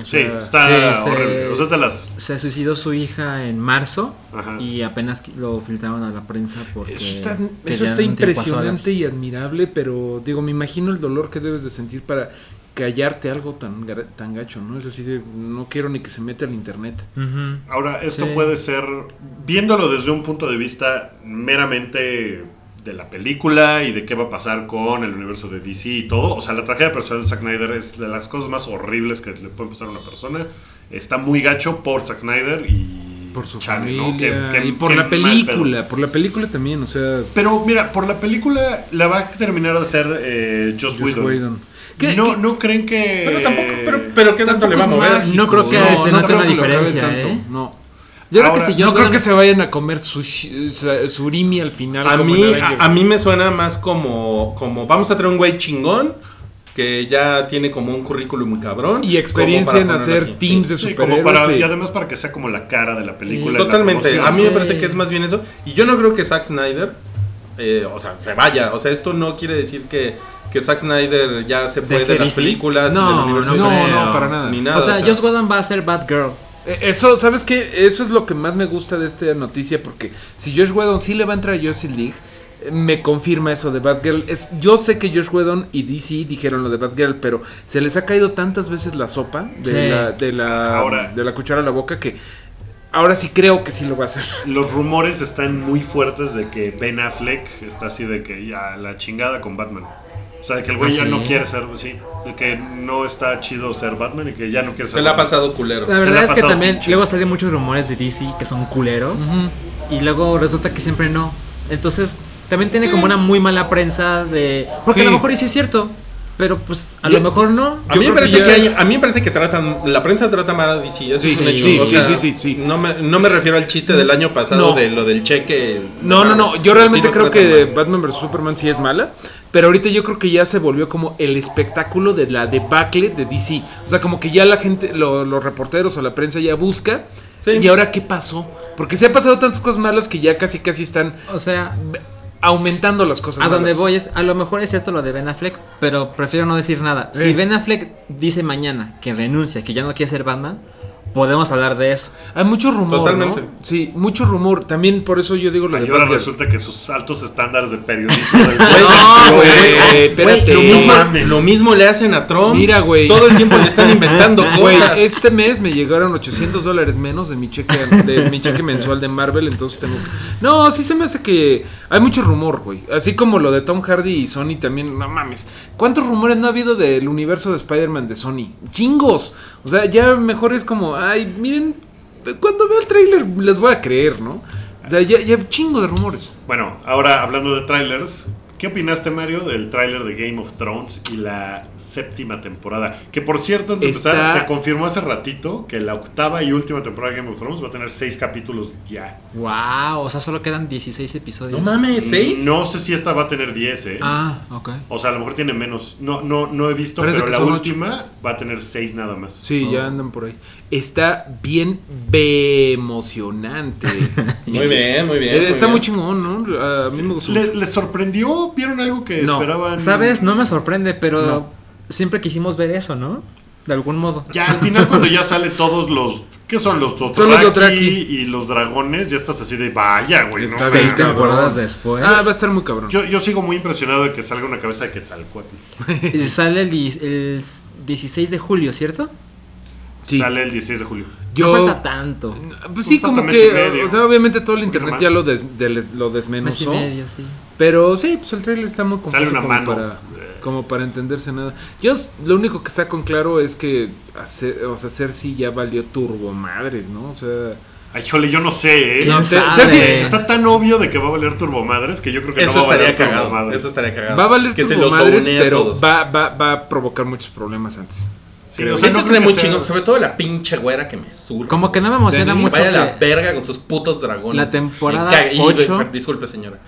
O Sí, sea, está sí, se- horrible. O sea, es de las. Se suicidó su hija en marzo Ajá. y apenas lo filtraron a la prensa porque. Eso está, eso querían está un tiempo a solas. impresionante y admirable, pero digo, me imagino el dolor que debes de sentir para callarte algo tan, gra- tan gacho, ¿no? Es así de, no quiero ni que se meta al internet. Ujú. Ahora, esto Sí. puede ser, viéndolo desde un punto de vista meramente de la película y de qué va a pasar con el universo de DC y todo, o sea, la tragedia personal de Zack Snyder es de las cosas más horribles que le pueden pasar a una persona. Está muy gacho por Zack Snyder y Por su chale, ¿no? familia Qué- qué- y por qué la mal pedo. película, por la película también, o sea, Pero mira, por la película la va a terminar de hacer eh, Joss, Joss Whedon. Whedon. no, ¿No creen que...? Pero tampoco, pero, pero ¿qué tanto le va a mover? No creo que No, se no note creo una que lo acabe diferencia. tanto, ¿eh? no. Yo creo Ahora, que si yo no no creo creo- que se vayan a comer sushi- su surimi al final. A como mí, en Avengers. a, a mí me suena más como, como vamos a traer un güey chingón que ya tiene como un currículum cabrón. y experiencia como en para hacer ponerlo aquí. teams de este Sí, superhéroes. como para, sí. Y además para que sea como la cara de la película. y la Totalmente, promoción. a mí me Sí. parece que es más bien eso. Y yo no creo que Zack Snyder, eh, o sea, se vaya. O sea, esto no quiere decir que, que Zack Snyder ya se fue de, Deje las DC. películas y No, del universo no, de DC, no, para nada. Ni nada. o sea, Joss Whedon va a ser Batgirl. Eh, Eso, ¿sabes qué? Eso es lo que más me gusta de esta noticia porque si Josh Whedon sí le va a entrar a Justice League, eh, me confirma eso de Batgirl. Es, yo sé que Josh Whedon y DC dijeron lo de Batgirl, pero se les ha caído tantas veces la sopa de, Sí. la, de, la, Ahora. de la cuchara a la boca que ahora sí creo que sí lo va a hacer. Los rumores están muy fuertes de que Ben Affleck está así de que ya la chingada con Batman. O sea, de que el güey ¿Ah, ya sí? no quiere ser, sí, de que no está chido ser Batman y que ya no quiere ser se la ha Batman. pasado culero. La Se la ha verdad es que pasado también mucho. luego salen muchos rumores de DC que son culeros y luego resulta que siempre no. Entonces también tiene como una muy mala prensa de... Porque a Sí. lo mejor y sí es cierto, pero pues a Yo- lo mejor no. A Yo mí, me creo que parece que ya hay- es- a mí me parece que tratan, la prensa trata mal a DC, eso Sí, es un sí, hecho. sí, o sí, sea, sí, sí, sí. No, me, no me refiero al chiste del año pasado No. de lo del cheque. No, no, no. Yo Sí realmente los creo tratan que mal. Batman vs. Superman sí es mala. Pero ahorita yo creo que ya se volvió como el espectáculo de la debacle de DC. O sea, como que ya la gente, lo- los reporteros o la prensa ya busca. Sí. ¿Y ahora qué pasó? Porque se han pasado tantas cosas malas que ya casi casi están O sea, aumentando las cosas a donde malas. voy es... A lo mejor es cierto lo de Ben Affleck, pero prefiero no decir nada. Sí. Si Ben Affleck dice mañana que renuncia, que ya no quiere ser Batman, podemos hablar de eso. Hay mucho rumor. Totalmente. ¿no? Sí, mucho rumor. También por eso yo digo lo Y de ahora Batgirl. resulta que sus altos estándares de periodismo del güey- No, güey, eh, Güey, espérate. lo, mismo, No mames. lo mismo le hacen a Trump. Mira, güey. Todo el tiempo le están inventando Güey, cosas. este mes me llegaron 800 dólares menos de mi cheque de mi cheque mensual de Marvel, entonces tengo que- No, sí se me hace que hay mucho rumor, güey. Así como lo de Tom Hardy y Sony también, no mames. ¿Cuántos rumores no ha habido del universo de Spider-Man de Sony? Chingos. O sea, ya mejor es como, ay, miren, cuando veo el tráiler les voy a creer, ¿no? O sea, ya, ya chingo de rumores. Bueno, ahora hablando de trailers, ¿qué opinaste, Mario, del tráiler de Game of Thrones y la séptima temporada? Que por cierto, antes de Está- empezar, se confirmó hace ratito que la octava y última temporada de Game of Thrones va a tener seis capítulos ya. Wow, o sea, solo quedan 16 No episodios. mames, ¿seis? No sé si esta va a tener 10, ¿eh? ah, ok. O sea, a lo mejor tiene menos. No, no, no he visto, Parece pero que la son ocho. última va a tener 6 nada más. Sí, ya andan por ahí. Está bien be- emocionante. Muy bien, muy bien. Eh, Está muy muy bien. chingón, ¿no? A mí me gustó. ¿Le- ¿Les sorprendió? ¿Vieron algo que No. esperaban? ¿Sabes? No me sorprende, pero No. siempre quisimos ver eso, ¿no? De algún modo. Ya al final, cuando ya sale todos los. ¿Qué son los Dothraki, Son los Dothraki. y los dragones? Ya estás así de vaya, güey. No Está sé, bien, Seis cabrón. temporadas después. Ah, va a estar muy cabrón. Yo, yo sigo muy impresionado de que salga una cabeza de Quetzalcoatl. Y sale el, dis- el 16 de julio, ¿cierto? Sí. Sale el 16 de julio. Yo- No falta tanto. pues sí, Falta como mes que. y medio. O sea, obviamente todo el Un poquito internet más. ya lo, des- de- les- Mes lo y desmenuzó. medio, sí. Pero sí, pues el trailer está muy Sale confuso una como mano. para- Eh, Como para entenderse nada. Yo s- lo único que saco en claro es que hacer, o sea, Cersei ya valió turbo madres, ¿no? O sea, Ay, jole, yo no sé, ¿eh? ¿Quién No sé. sabe? Cersei, Está tan obvio de que va a valer turbomadres que yo creo que Eso no va a estaría valer cagado. turbomadres. Eso estaría cagado. va a valer que se turbo los madres, aunea a pero todos. va, va, va a provocar muchos problemas antes. Sí, o sea, Eso no estaría creo muy que sea- chingón. Sobre todo la pinche güera que me surge. Como que no me emociona Que se mucho. vaya a la que- verga con sus putos dragones. La temporada Me caga. Y, ocho. per- Disculpe, señora.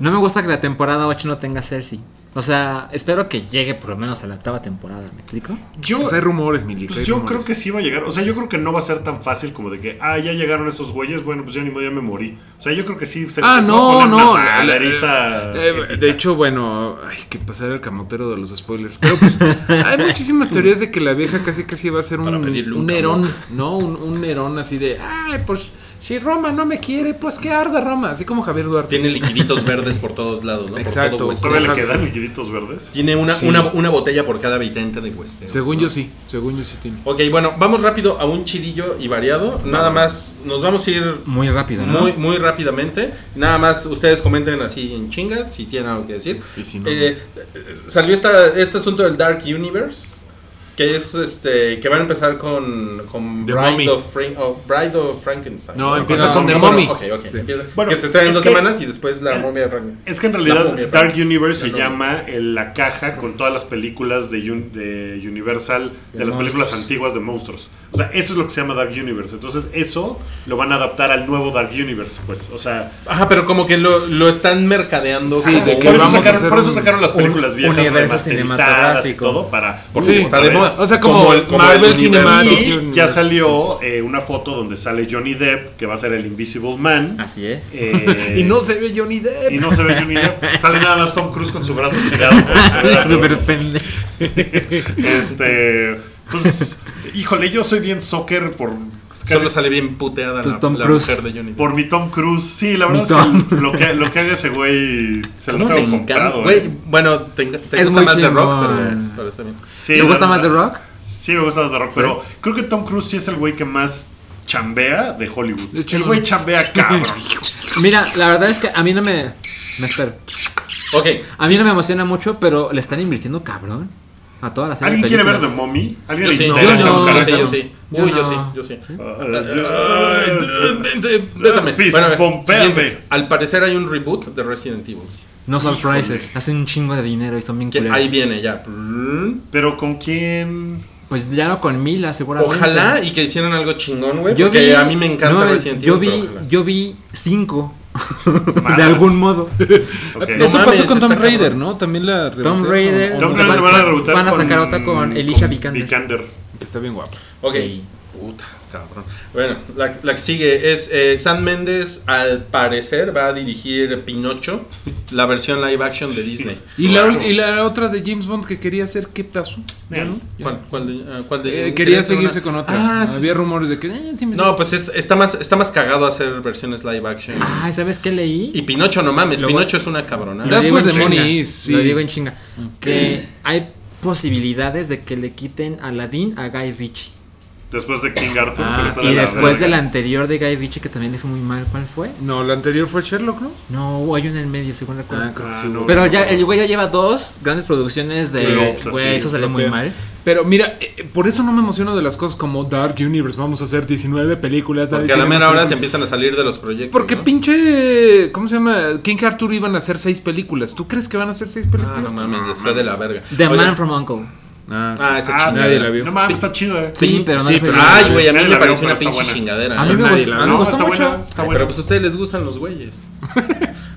No me gusta que la temporada 8 no tenga Cersei. O sea, espero que llegue por lo menos a la octava temporada, ¿me explico? Yo, Pues hay rumores, mi liga, pues hay yo rumores. creo que sí va a llegar. O sea, yo creo que no va a ser tan fácil como de que, ah, ya llegaron estos güeyes, bueno, pues ya ni modo, ya me morí. O sea, yo creo que sí se Ah, se va a no, poner no. una la- la- madriza eh, épica. de hecho, bueno, hay que pasar el camotero de los spoilers. Pero pues, hay muchísimas teorías de que la vieja casi casi va a ser un, Para pedirle un un Nerón, ¿no? Un, un Nerón así de, ay, pues si Roma no me quiere, pues que arda Roma, así como Javier Duarte. Tiene liquiditos verdes por todos lados, ¿no? Exacto. Por todo Westeros. ¿Todavía le quedan liquiditos verdes? Tiene una, Sí. una, una botella por cada habitante de Westeros. Según ¿no? yo sí, según yo sí tiene. Ok, bueno, vamos rápido a un chidillo y variado. Nada más, nos vamos a ir Muy rápido, ¿no? muy, muy rápidamente. Nada más, ustedes comenten así en chinga si tienen algo que decir. Y si no, Eh, eh, salió esta, este asunto del Dark Universe. Que es este. Que van a empezar con. con The Bride, Mummy. of Fran- oh, Bride of Frankenstein. No, empieza con The Ah, bueno, Mummy. ok, ok, Sí. empieza- Bueno, que se estrena en es dos que- semanas y después la momia de Frankenstein. Es que en La realidad momia de Dark Frankenstein. Universe se No, no. llama el- la caja con todas las películas de, Un- de Universal, de, las películas antiguas de monstruos. O sea, eso es lo que se llama Dark Universe. Entonces, eso lo van a adaptar al nuevo Dark Universe, pues. O sea, Ajá, pero como que lo, lo están mercadeando. Sí, como de que por, eso vamos a sacaron, hacer por eso un- sacaron las películas un viejas universo remasterizadas y cinematográfico. todo para. Porque está de moda. O sea, como Marvel Cinematic Y ya Universe. salió eh, una foto donde sale Johnny Depp, que va a ser el Invisible Man. Así es. Eh, Y no se ve Johnny Depp. y no se ve Johnny Depp. Sale nada más Tom Cruise con su brazo estirado. Súper pendejo. este, pues, híjole, yo soy bien soccer por casi- Solo sale bien puteada Tu la, Tom la Cruise. mujer de Johnny. Depp. por mi Tom Cruise. Sí, la Mi verdad es Tom. que lo que lo que haga ese güey se lo ¿Cómo te tengo encanta? comprado. Güey, eh. bueno, te, te Es gusta muy más de rock, chingón. pero, pero está bien. Sí, ¿Te la gusta más The verdad- Rock? Sí, me gusta más The Rock, pero creo que Tom Cruise sí es el güey que más chambea de Hollywood. De hecho, el no. güey chambea cabrón. Mira, la verdad es que a mí no me. Me espero. Ok, A mí no me emociona mucho, pero le están invirtiendo cabrón a todas las series. ¿Alguien quiere ver The películas. Mommy? ¿Alguien yo le sí, interesa yo sí, un no, yo sí, carajo? yo sí. Yo Uy, yo no. sí, yo sí. Ay, Dios. Bésame. Fist Bueno, a ver, Pompeate. siguiente. Al parecer hay un reboot de Resident Evil. No surprises. Hacen un chingo de dinero y son bien Que culeros. ahí viene ya. Pero con quién. Pues ya no con Mila, seguramente. Ojalá y que hicieran algo chingón, güey. Yo Porque vi- a mí me encanta no, Resident Evil. Yo pero vi, ojalá. yo vi cinco. Más. De algún modo. Ok. No Eso mames, pasó con está Tom cabrón. Raider, ¿no? También la Tom rebotaron, Raider. Yo creo ¿no? Tom que Van- lo van a rebotar van a sacar con- otra con Elisha con Vikander. Que está bien guapo. Ok. Sí. Puta, cabrón. Bueno, la, la que sigue es eh, San Méndez, al parecer, va a dirigir Pinocho, la versión live action de Disney. ¿Y, la, y la otra de James Bond que quería hacer, ¿qué pasó? ¿Ya no? Ya. ¿Cuál, cuál de- ah, cuál de- Eh, quería ¿quieres seguirse una? con otra. Ah, sí. Había rumores de que. eh, sí me- No, pues es- está, más, está más cagado hacer versiones live action. Ay, Ah, ¿sabes qué leí? Y Pinocho, no mames, Lo voy- Pinocho es una cabrona. ¿eh? Lo That's digo where en the money chinga, is, sí. Lo digo en chinga. Que hay posibilidades de que le quiten a Aladdin a Guy Ritchie. Después de King Arthur. que le Ah, fue sí, la después de la verga. anterior de Guy Ritchie que también le fue muy mal. ¿Cuál fue? No, la anterior fue Sherlock, ¿no? No, hay una en el medio, según recuerdo. Ah, creo que Ah, sí. no. Pero ya, el güey ya lleva dos grandes producciones de. Flops, Güey, así, eso sale muy flopea. mal. Pero mira, eh, por eso no me emociono de las cosas como Dark Universe. Vamos a hacer 19 películas. Porque nadie a la tiene mera más hora se películas. empiezan a salir de los proyectos. Porque ¿no? pinche. ¿Cómo se llama? King Arthur iban a hacer 6 películas. ¿Tú crees que van a hacer 6 Ah, películas? no mames, les fue de la verga. The Oye, Man from Uncle. Ah, sí. Ah, esa Ah, chingadera. nadie la vio. No mames, está chido, eh. Sí, pero no le fue pero- bien. Ay, güey, a mí Nadie me la vio, parece una pero está pinche buena. chingadera. A ¿eh? mí me nadie gustó- la a mí me vio. Ah, No, gustó está buena. mucho. Está Pero buena. pues a ustedes les gustan los güeyes.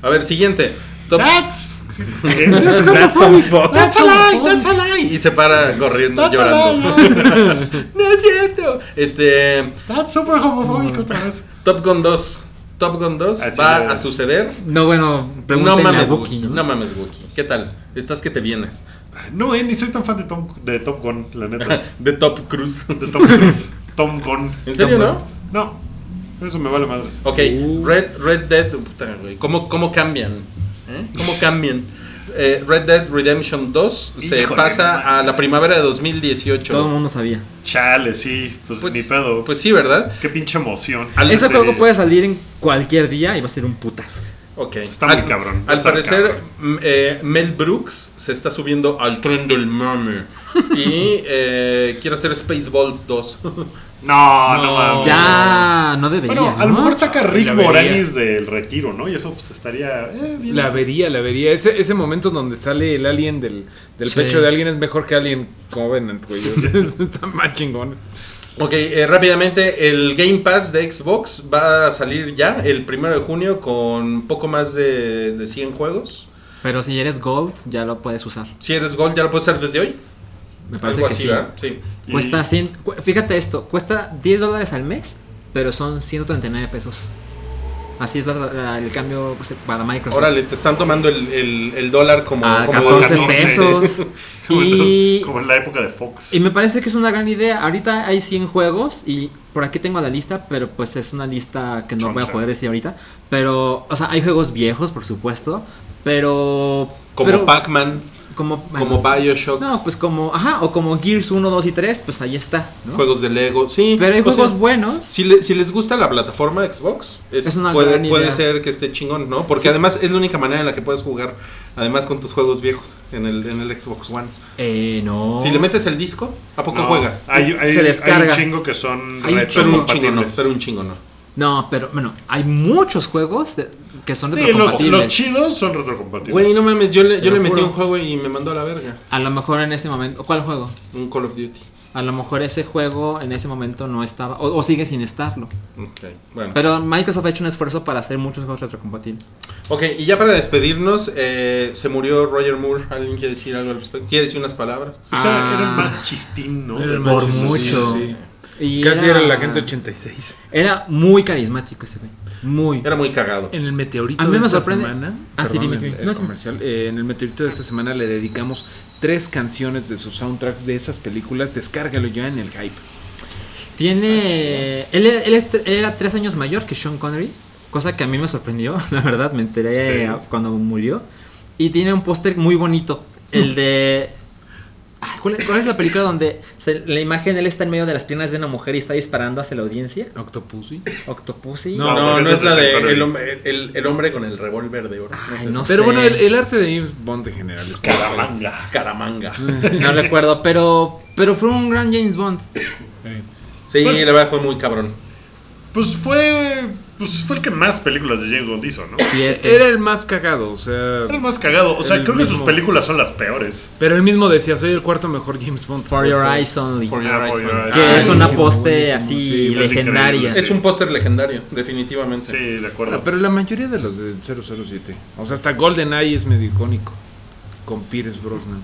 A ver, siguiente. Top- Ah, That's. That's homophobic. That's a lie, that's a lie. Y se para corriendo, That's a llorando. no es cierto. Este. That's super homofóbico otra vez. Top Gun 2. Top Gun 2 Así va es. a suceder. No, bueno, No pregúntenle a mames, Wookiee. Wookie. No mames, Wookie. ¿Qué tal? Estás que te vienes. No, eh, ni soy tan fan de Tom, de Top Gun, la neta. De Top Cruise. De Tom Cruise. Tom Gun. ¿En serio, no? No, Uh. eso me vale madres. Ok, Red, Red Dead. Puta, güey. ¿Cómo, cómo cambian? ¿Eh? ¿Cómo cambian? Eh, Red Dead Redemption 2 se Híjole, no mames. pasa a la primavera de Todo el 2018. mundo sabía. Chale, sí, pues, ni pedo. Pues sí, ¿verdad? Qué pinche emoción. Al- Ese serie. juego puede salir en cualquier día y va a ser un putazo. Ok. Está muy cabrón, Al está parecer, cabrón. m- eh, Mel Brooks se está subiendo al tren del mame. y eh, quiere hacer Spaceballs 2. No, no, mames. Ya, no debería. Bueno, a lo ¿no? mejor saca Rick La vería. Moranis del retiro, ¿no? Y eso pues estaría eh, bien. La vería, la vería. Ese, ese momento donde sale el alien del, del Sí. pecho de alguien es mejor que alguien Covenant, güey. O sea, Está más chingón. ok, eh, rápidamente, el Game Pass de Xbox va a salir ya el primero de junio con poco más de, de 100 juegos. Pero si eres Gold, ya lo puedes usar. Si eres Gold, ya lo puedes hacer desde hoy. Me parece Algo que así, sí. ¿verdad? Sí. Y- Cuesta 100, cu- fíjate esto, cuesta 10 dólares al mes, pero son 139 pesos. Así es la- la- el cambio pues, para Microsoft. Órale, te están tomando el, el- el dólar como, a como 14 14. pesos. como, en los- y, como en la época de Fox. y me parece que es una gran idea. Ahorita hay 100 juegos y por aquí tengo la lista, pero pues es una lista que no voy a Choncha. poder decir ahorita. Pero, o sea, hay juegos viejos, por supuesto, pero... como pero- Pac-Man, como, como Bioshock, No, pues como, ajá, o como Gears 1, 2 y 3, pues ahí está, ¿no? juegos de Lego. Sí, Pero hay o sea, juegos buenos. Si, le- si les gusta la plataforma Xbox, es- Es una puede, gran puede idea. ser que esté chingón, ¿no? Porque además es la única manera en la que puedes jugar, además con tus juegos viejos en el, en el Xbox One. Eh, no. Si le metes el disco, ¿a poco No, Ah, juegas? Hay, hay- Se descarga. hay un chingo que son Hay un- pero un chingo no, retrocompatibles. pero un chingo no. No, pero bueno, hay muchos juegos de- que son Sí, los, retrocompatibles. los chidos son retrocompatibles. Güey, no mames, yo le, yo Te lo le metí juro. un juego y me mandó a la verga. A lo mejor en ese momento, ¿cuál juego? Un Call of Duty. A lo mejor ese juego en ese momento no estaba, o, o sigue sin estarlo. Ok, bueno. Pero Microsoft ha hecho un esfuerzo para hacer muchos juegos retrocompatibles. Ok, y ya para despedirnos, eh, se murió Roger Moore. ¿Alguien quiere decir algo al respecto? ¿Quiere decir unas palabras? O sea, Ah. era el más chistín, ¿no? Era el más Por Sí, sí, mucho. sí. Y Casi era la gente 86. Era muy carismático ese güey. Muy. Era muy cagado. En el meteorito A mí me de esta sorprende- semana, Ah, sí, perdón, dime, el- dime. el No, no. comercial, eh, en el meteorito de esta semana le dedicamos tres canciones de sus soundtracks de esas películas. Descárgalo ya en el hype. Ah, Tiene. Él, era- él es- él era tres años mayor que Sean Connery, cosa que a mí me sorprendió, la verdad, me enteré Sí. a- cuando murió. Y tiene un póster muy bonito, el de. Ay, ¿Cuál es, cuál es la película donde se- la imagen él está en medio de las piernas de una mujer y está disparando hacia la audiencia? Octopussy. Octopussy. No, No, no, ese es es la el de Connery. el, hombre- el- el hombre con el revólver de oro. Ay, es no esa. Pero sé. bueno, el, el arte de James Bond en general. es- Escaramanga. Escaramanga. No recuerdo, pero, pero fue un gran James Bond. Sí, Pues- la verdad fue muy cabrón. Pues fue. Pues fue el que más películas de James Bond hizo, ¿no? Siete. Eh, Era el más cagado, o sea. Era el más cagado. O sea, El creo que sus mismo. películas son las peores. Pero él mismo decía, soy el cuarto mejor James Bond. For Your Eyes Only. este, For Your Eyes Only. que Ah, es una buenísimo, poste buenísimo, así sí, pues, legendaria. increíble, Es Sí. un póster legendario, definitivamente. Sí, de Ah, acuerdo. pero la mayoría de los de 007. O sea, hasta GoldenEye es medio icónico. Con Pierce Brosnan.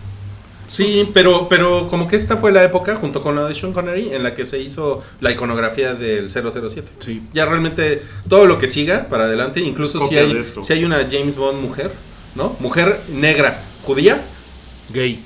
Sí, pero, pero como que esta fue la época, junto con la de Sean Connery, en la que se hizo la iconografía del 007. Sí. Ya realmente todo lo que siga para adelante, incluso si copia hay, de esto. si hay una James Bond mujer, ¿no? Mujer negra, judía, Gay.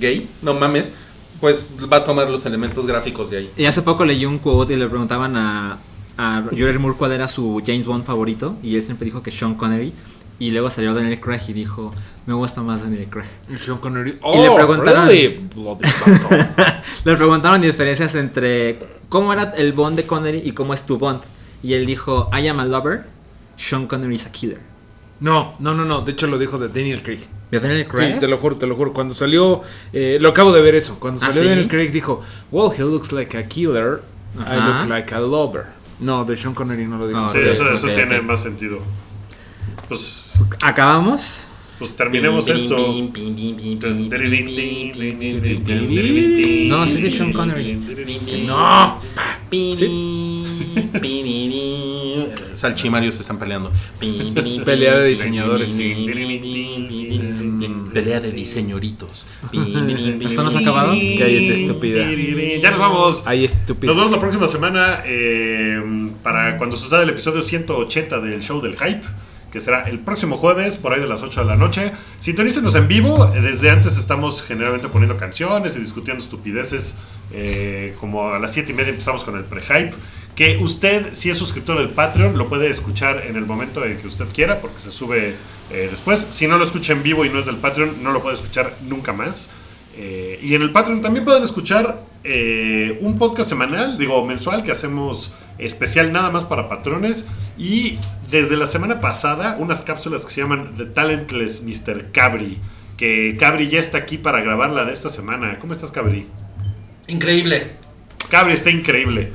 gay, no mames, pues va a tomar los elementos gráficos de ahí. Y hace poco leí un quote y le preguntaban a, a Roger Moore cuál era su James Bond favorito. Y él siempre dijo que Sean Connery. Y luego salió Daniel Craig y dijo, me gusta más Daniel Craig. Y Sean Connery. Y le Oh, preguntaron- really? Bloody bastard. Le preguntaron diferencias entre cómo era el Bond de Connery y cómo es tu Bond. Y él dijo, I am a lover, Sean Connery is a killer. no, no, no, no. De hecho lo dijo de Daniel Craig. ¿De Daniel Craig? Sí, te lo juro, te lo juro. Cuando salió, eh, lo acabo de ver eso. Cuando ¿Ah, salió sí? Daniel Craig dijo, Well, he looks like a killer. I Ajá. look like a lover. No, de Sean Connery no lo dijo. No, Sí, ok, eso, eso ok, tiene ok. más sentido. Pues, ¿Acabamos? pues terminemos esto. No, sí es de Sean Connery. No. Salchimarios se están peleando. Pelea de diseñadores. Pelea de diseñoritos. ¿Esto no se ha acabado? Cállate, estúpida. Ya nos vamos. Ahí estúpido. Nos vemos la próxima semana eh, para cuando suceda el episodio 180 del show del hype, que será el próximo jueves por ahí de las 8 de la noche. Sintonícenos en vivo, eh, desde antes estamos generalmente poniendo canciones y discutiendo estupideces, eh, como a las 7 y media empezamos con el pre-hype, que usted, si es suscriptor del Patreon, lo puede escuchar en el momento en que usted quiera, porque se sube eh, después. Si no lo escucha en vivo y no es del Patreon, no lo puede escuchar nunca más. Eh, y en el Patreon también pueden escuchar eh, un podcast semanal, digo mensual, que hacemos especial nada más para patrones. Y desde la semana pasada, unas cápsulas que se llaman The Talentless Mr. Cabri. Que Cabri ya está aquí para grabar la de esta semana. ¿Cómo estás, Cabri? Increíble. Cabri está increíble.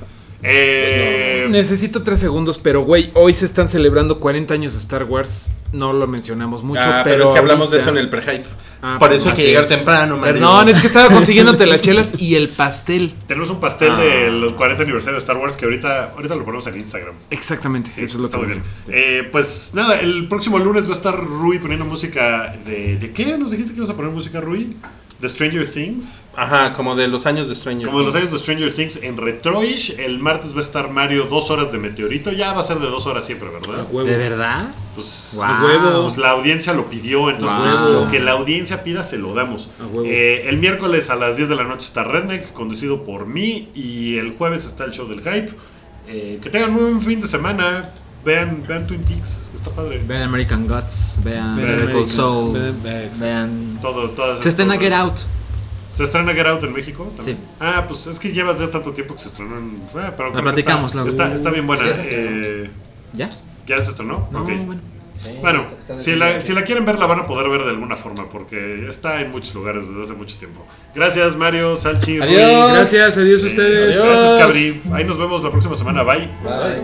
Eh, Necesito tres segundos, pero güey, hoy se están celebrando 40 años de Star Wars. No lo mencionamos mucho, Ah, pero. pero, es que hablamos de eso en ahorita- el pre-hype. Ah, Por pues, eso hay que así llegar es. temprano, Mario. Perdón, es que estaba consiguiéndote las chelas y el pastel. Tenemos un pastel del 40 aniversario de Star Wars que ahorita, ahorita lo ponemos en Instagram. Exactamente, eso es lo está que muy bien. venía. Eh, pues nada, el próximo lunes va a estar Rui poniendo música de... ¿De qué? ¿Nos dijiste que ibas a poner música, Rui? ¿De Stranger Things? Ajá, como de los años de Stranger Como en los Things. años de Stranger Things en Retroish. El martes va a estar Mario dos horas de Meteorito. Ya va a ser de dos horas siempre, ¿verdad? ¿De verdad? Pues, Guau. huevo. pues, la audiencia lo pidió, entonces Wow. pues, lo que la audiencia pida se lo damos. A huevo. Eh, el miércoles a las 10 de la noche está Redneck, conducido por mí, y el jueves está el show del hype. Eh, que tengan un buen fin de semana, vean, vean Twin Peaks, está padre. Vean American Gods, Vean vean Better Call American- Soul, vean- vean- vean... Todo, todas esas Se estrena cosas. Get Out. ¿Se estrena Get Out en México? también? Sí. Ah, pues es que lleva ya tanto tiempo que se estrenó en... ah, pero creo que platicamos está, luego. está, está bien buena. Ya se estrenó. Eh, ¿Ya? ¿Ya se estrenó? No, Ok. bueno. Bueno, Eh, Está- está en el si la, video. si la quieren ver, la van a poder ver de alguna forma, porque está en muchos lugares desde hace mucho tiempo. Gracias, Mario, Salchi, Rui. Adiós. Gracias, adiós a Eh, ustedes. Gracias, Cabri. Ahí nos vemos la próxima semana. Bye. Bye.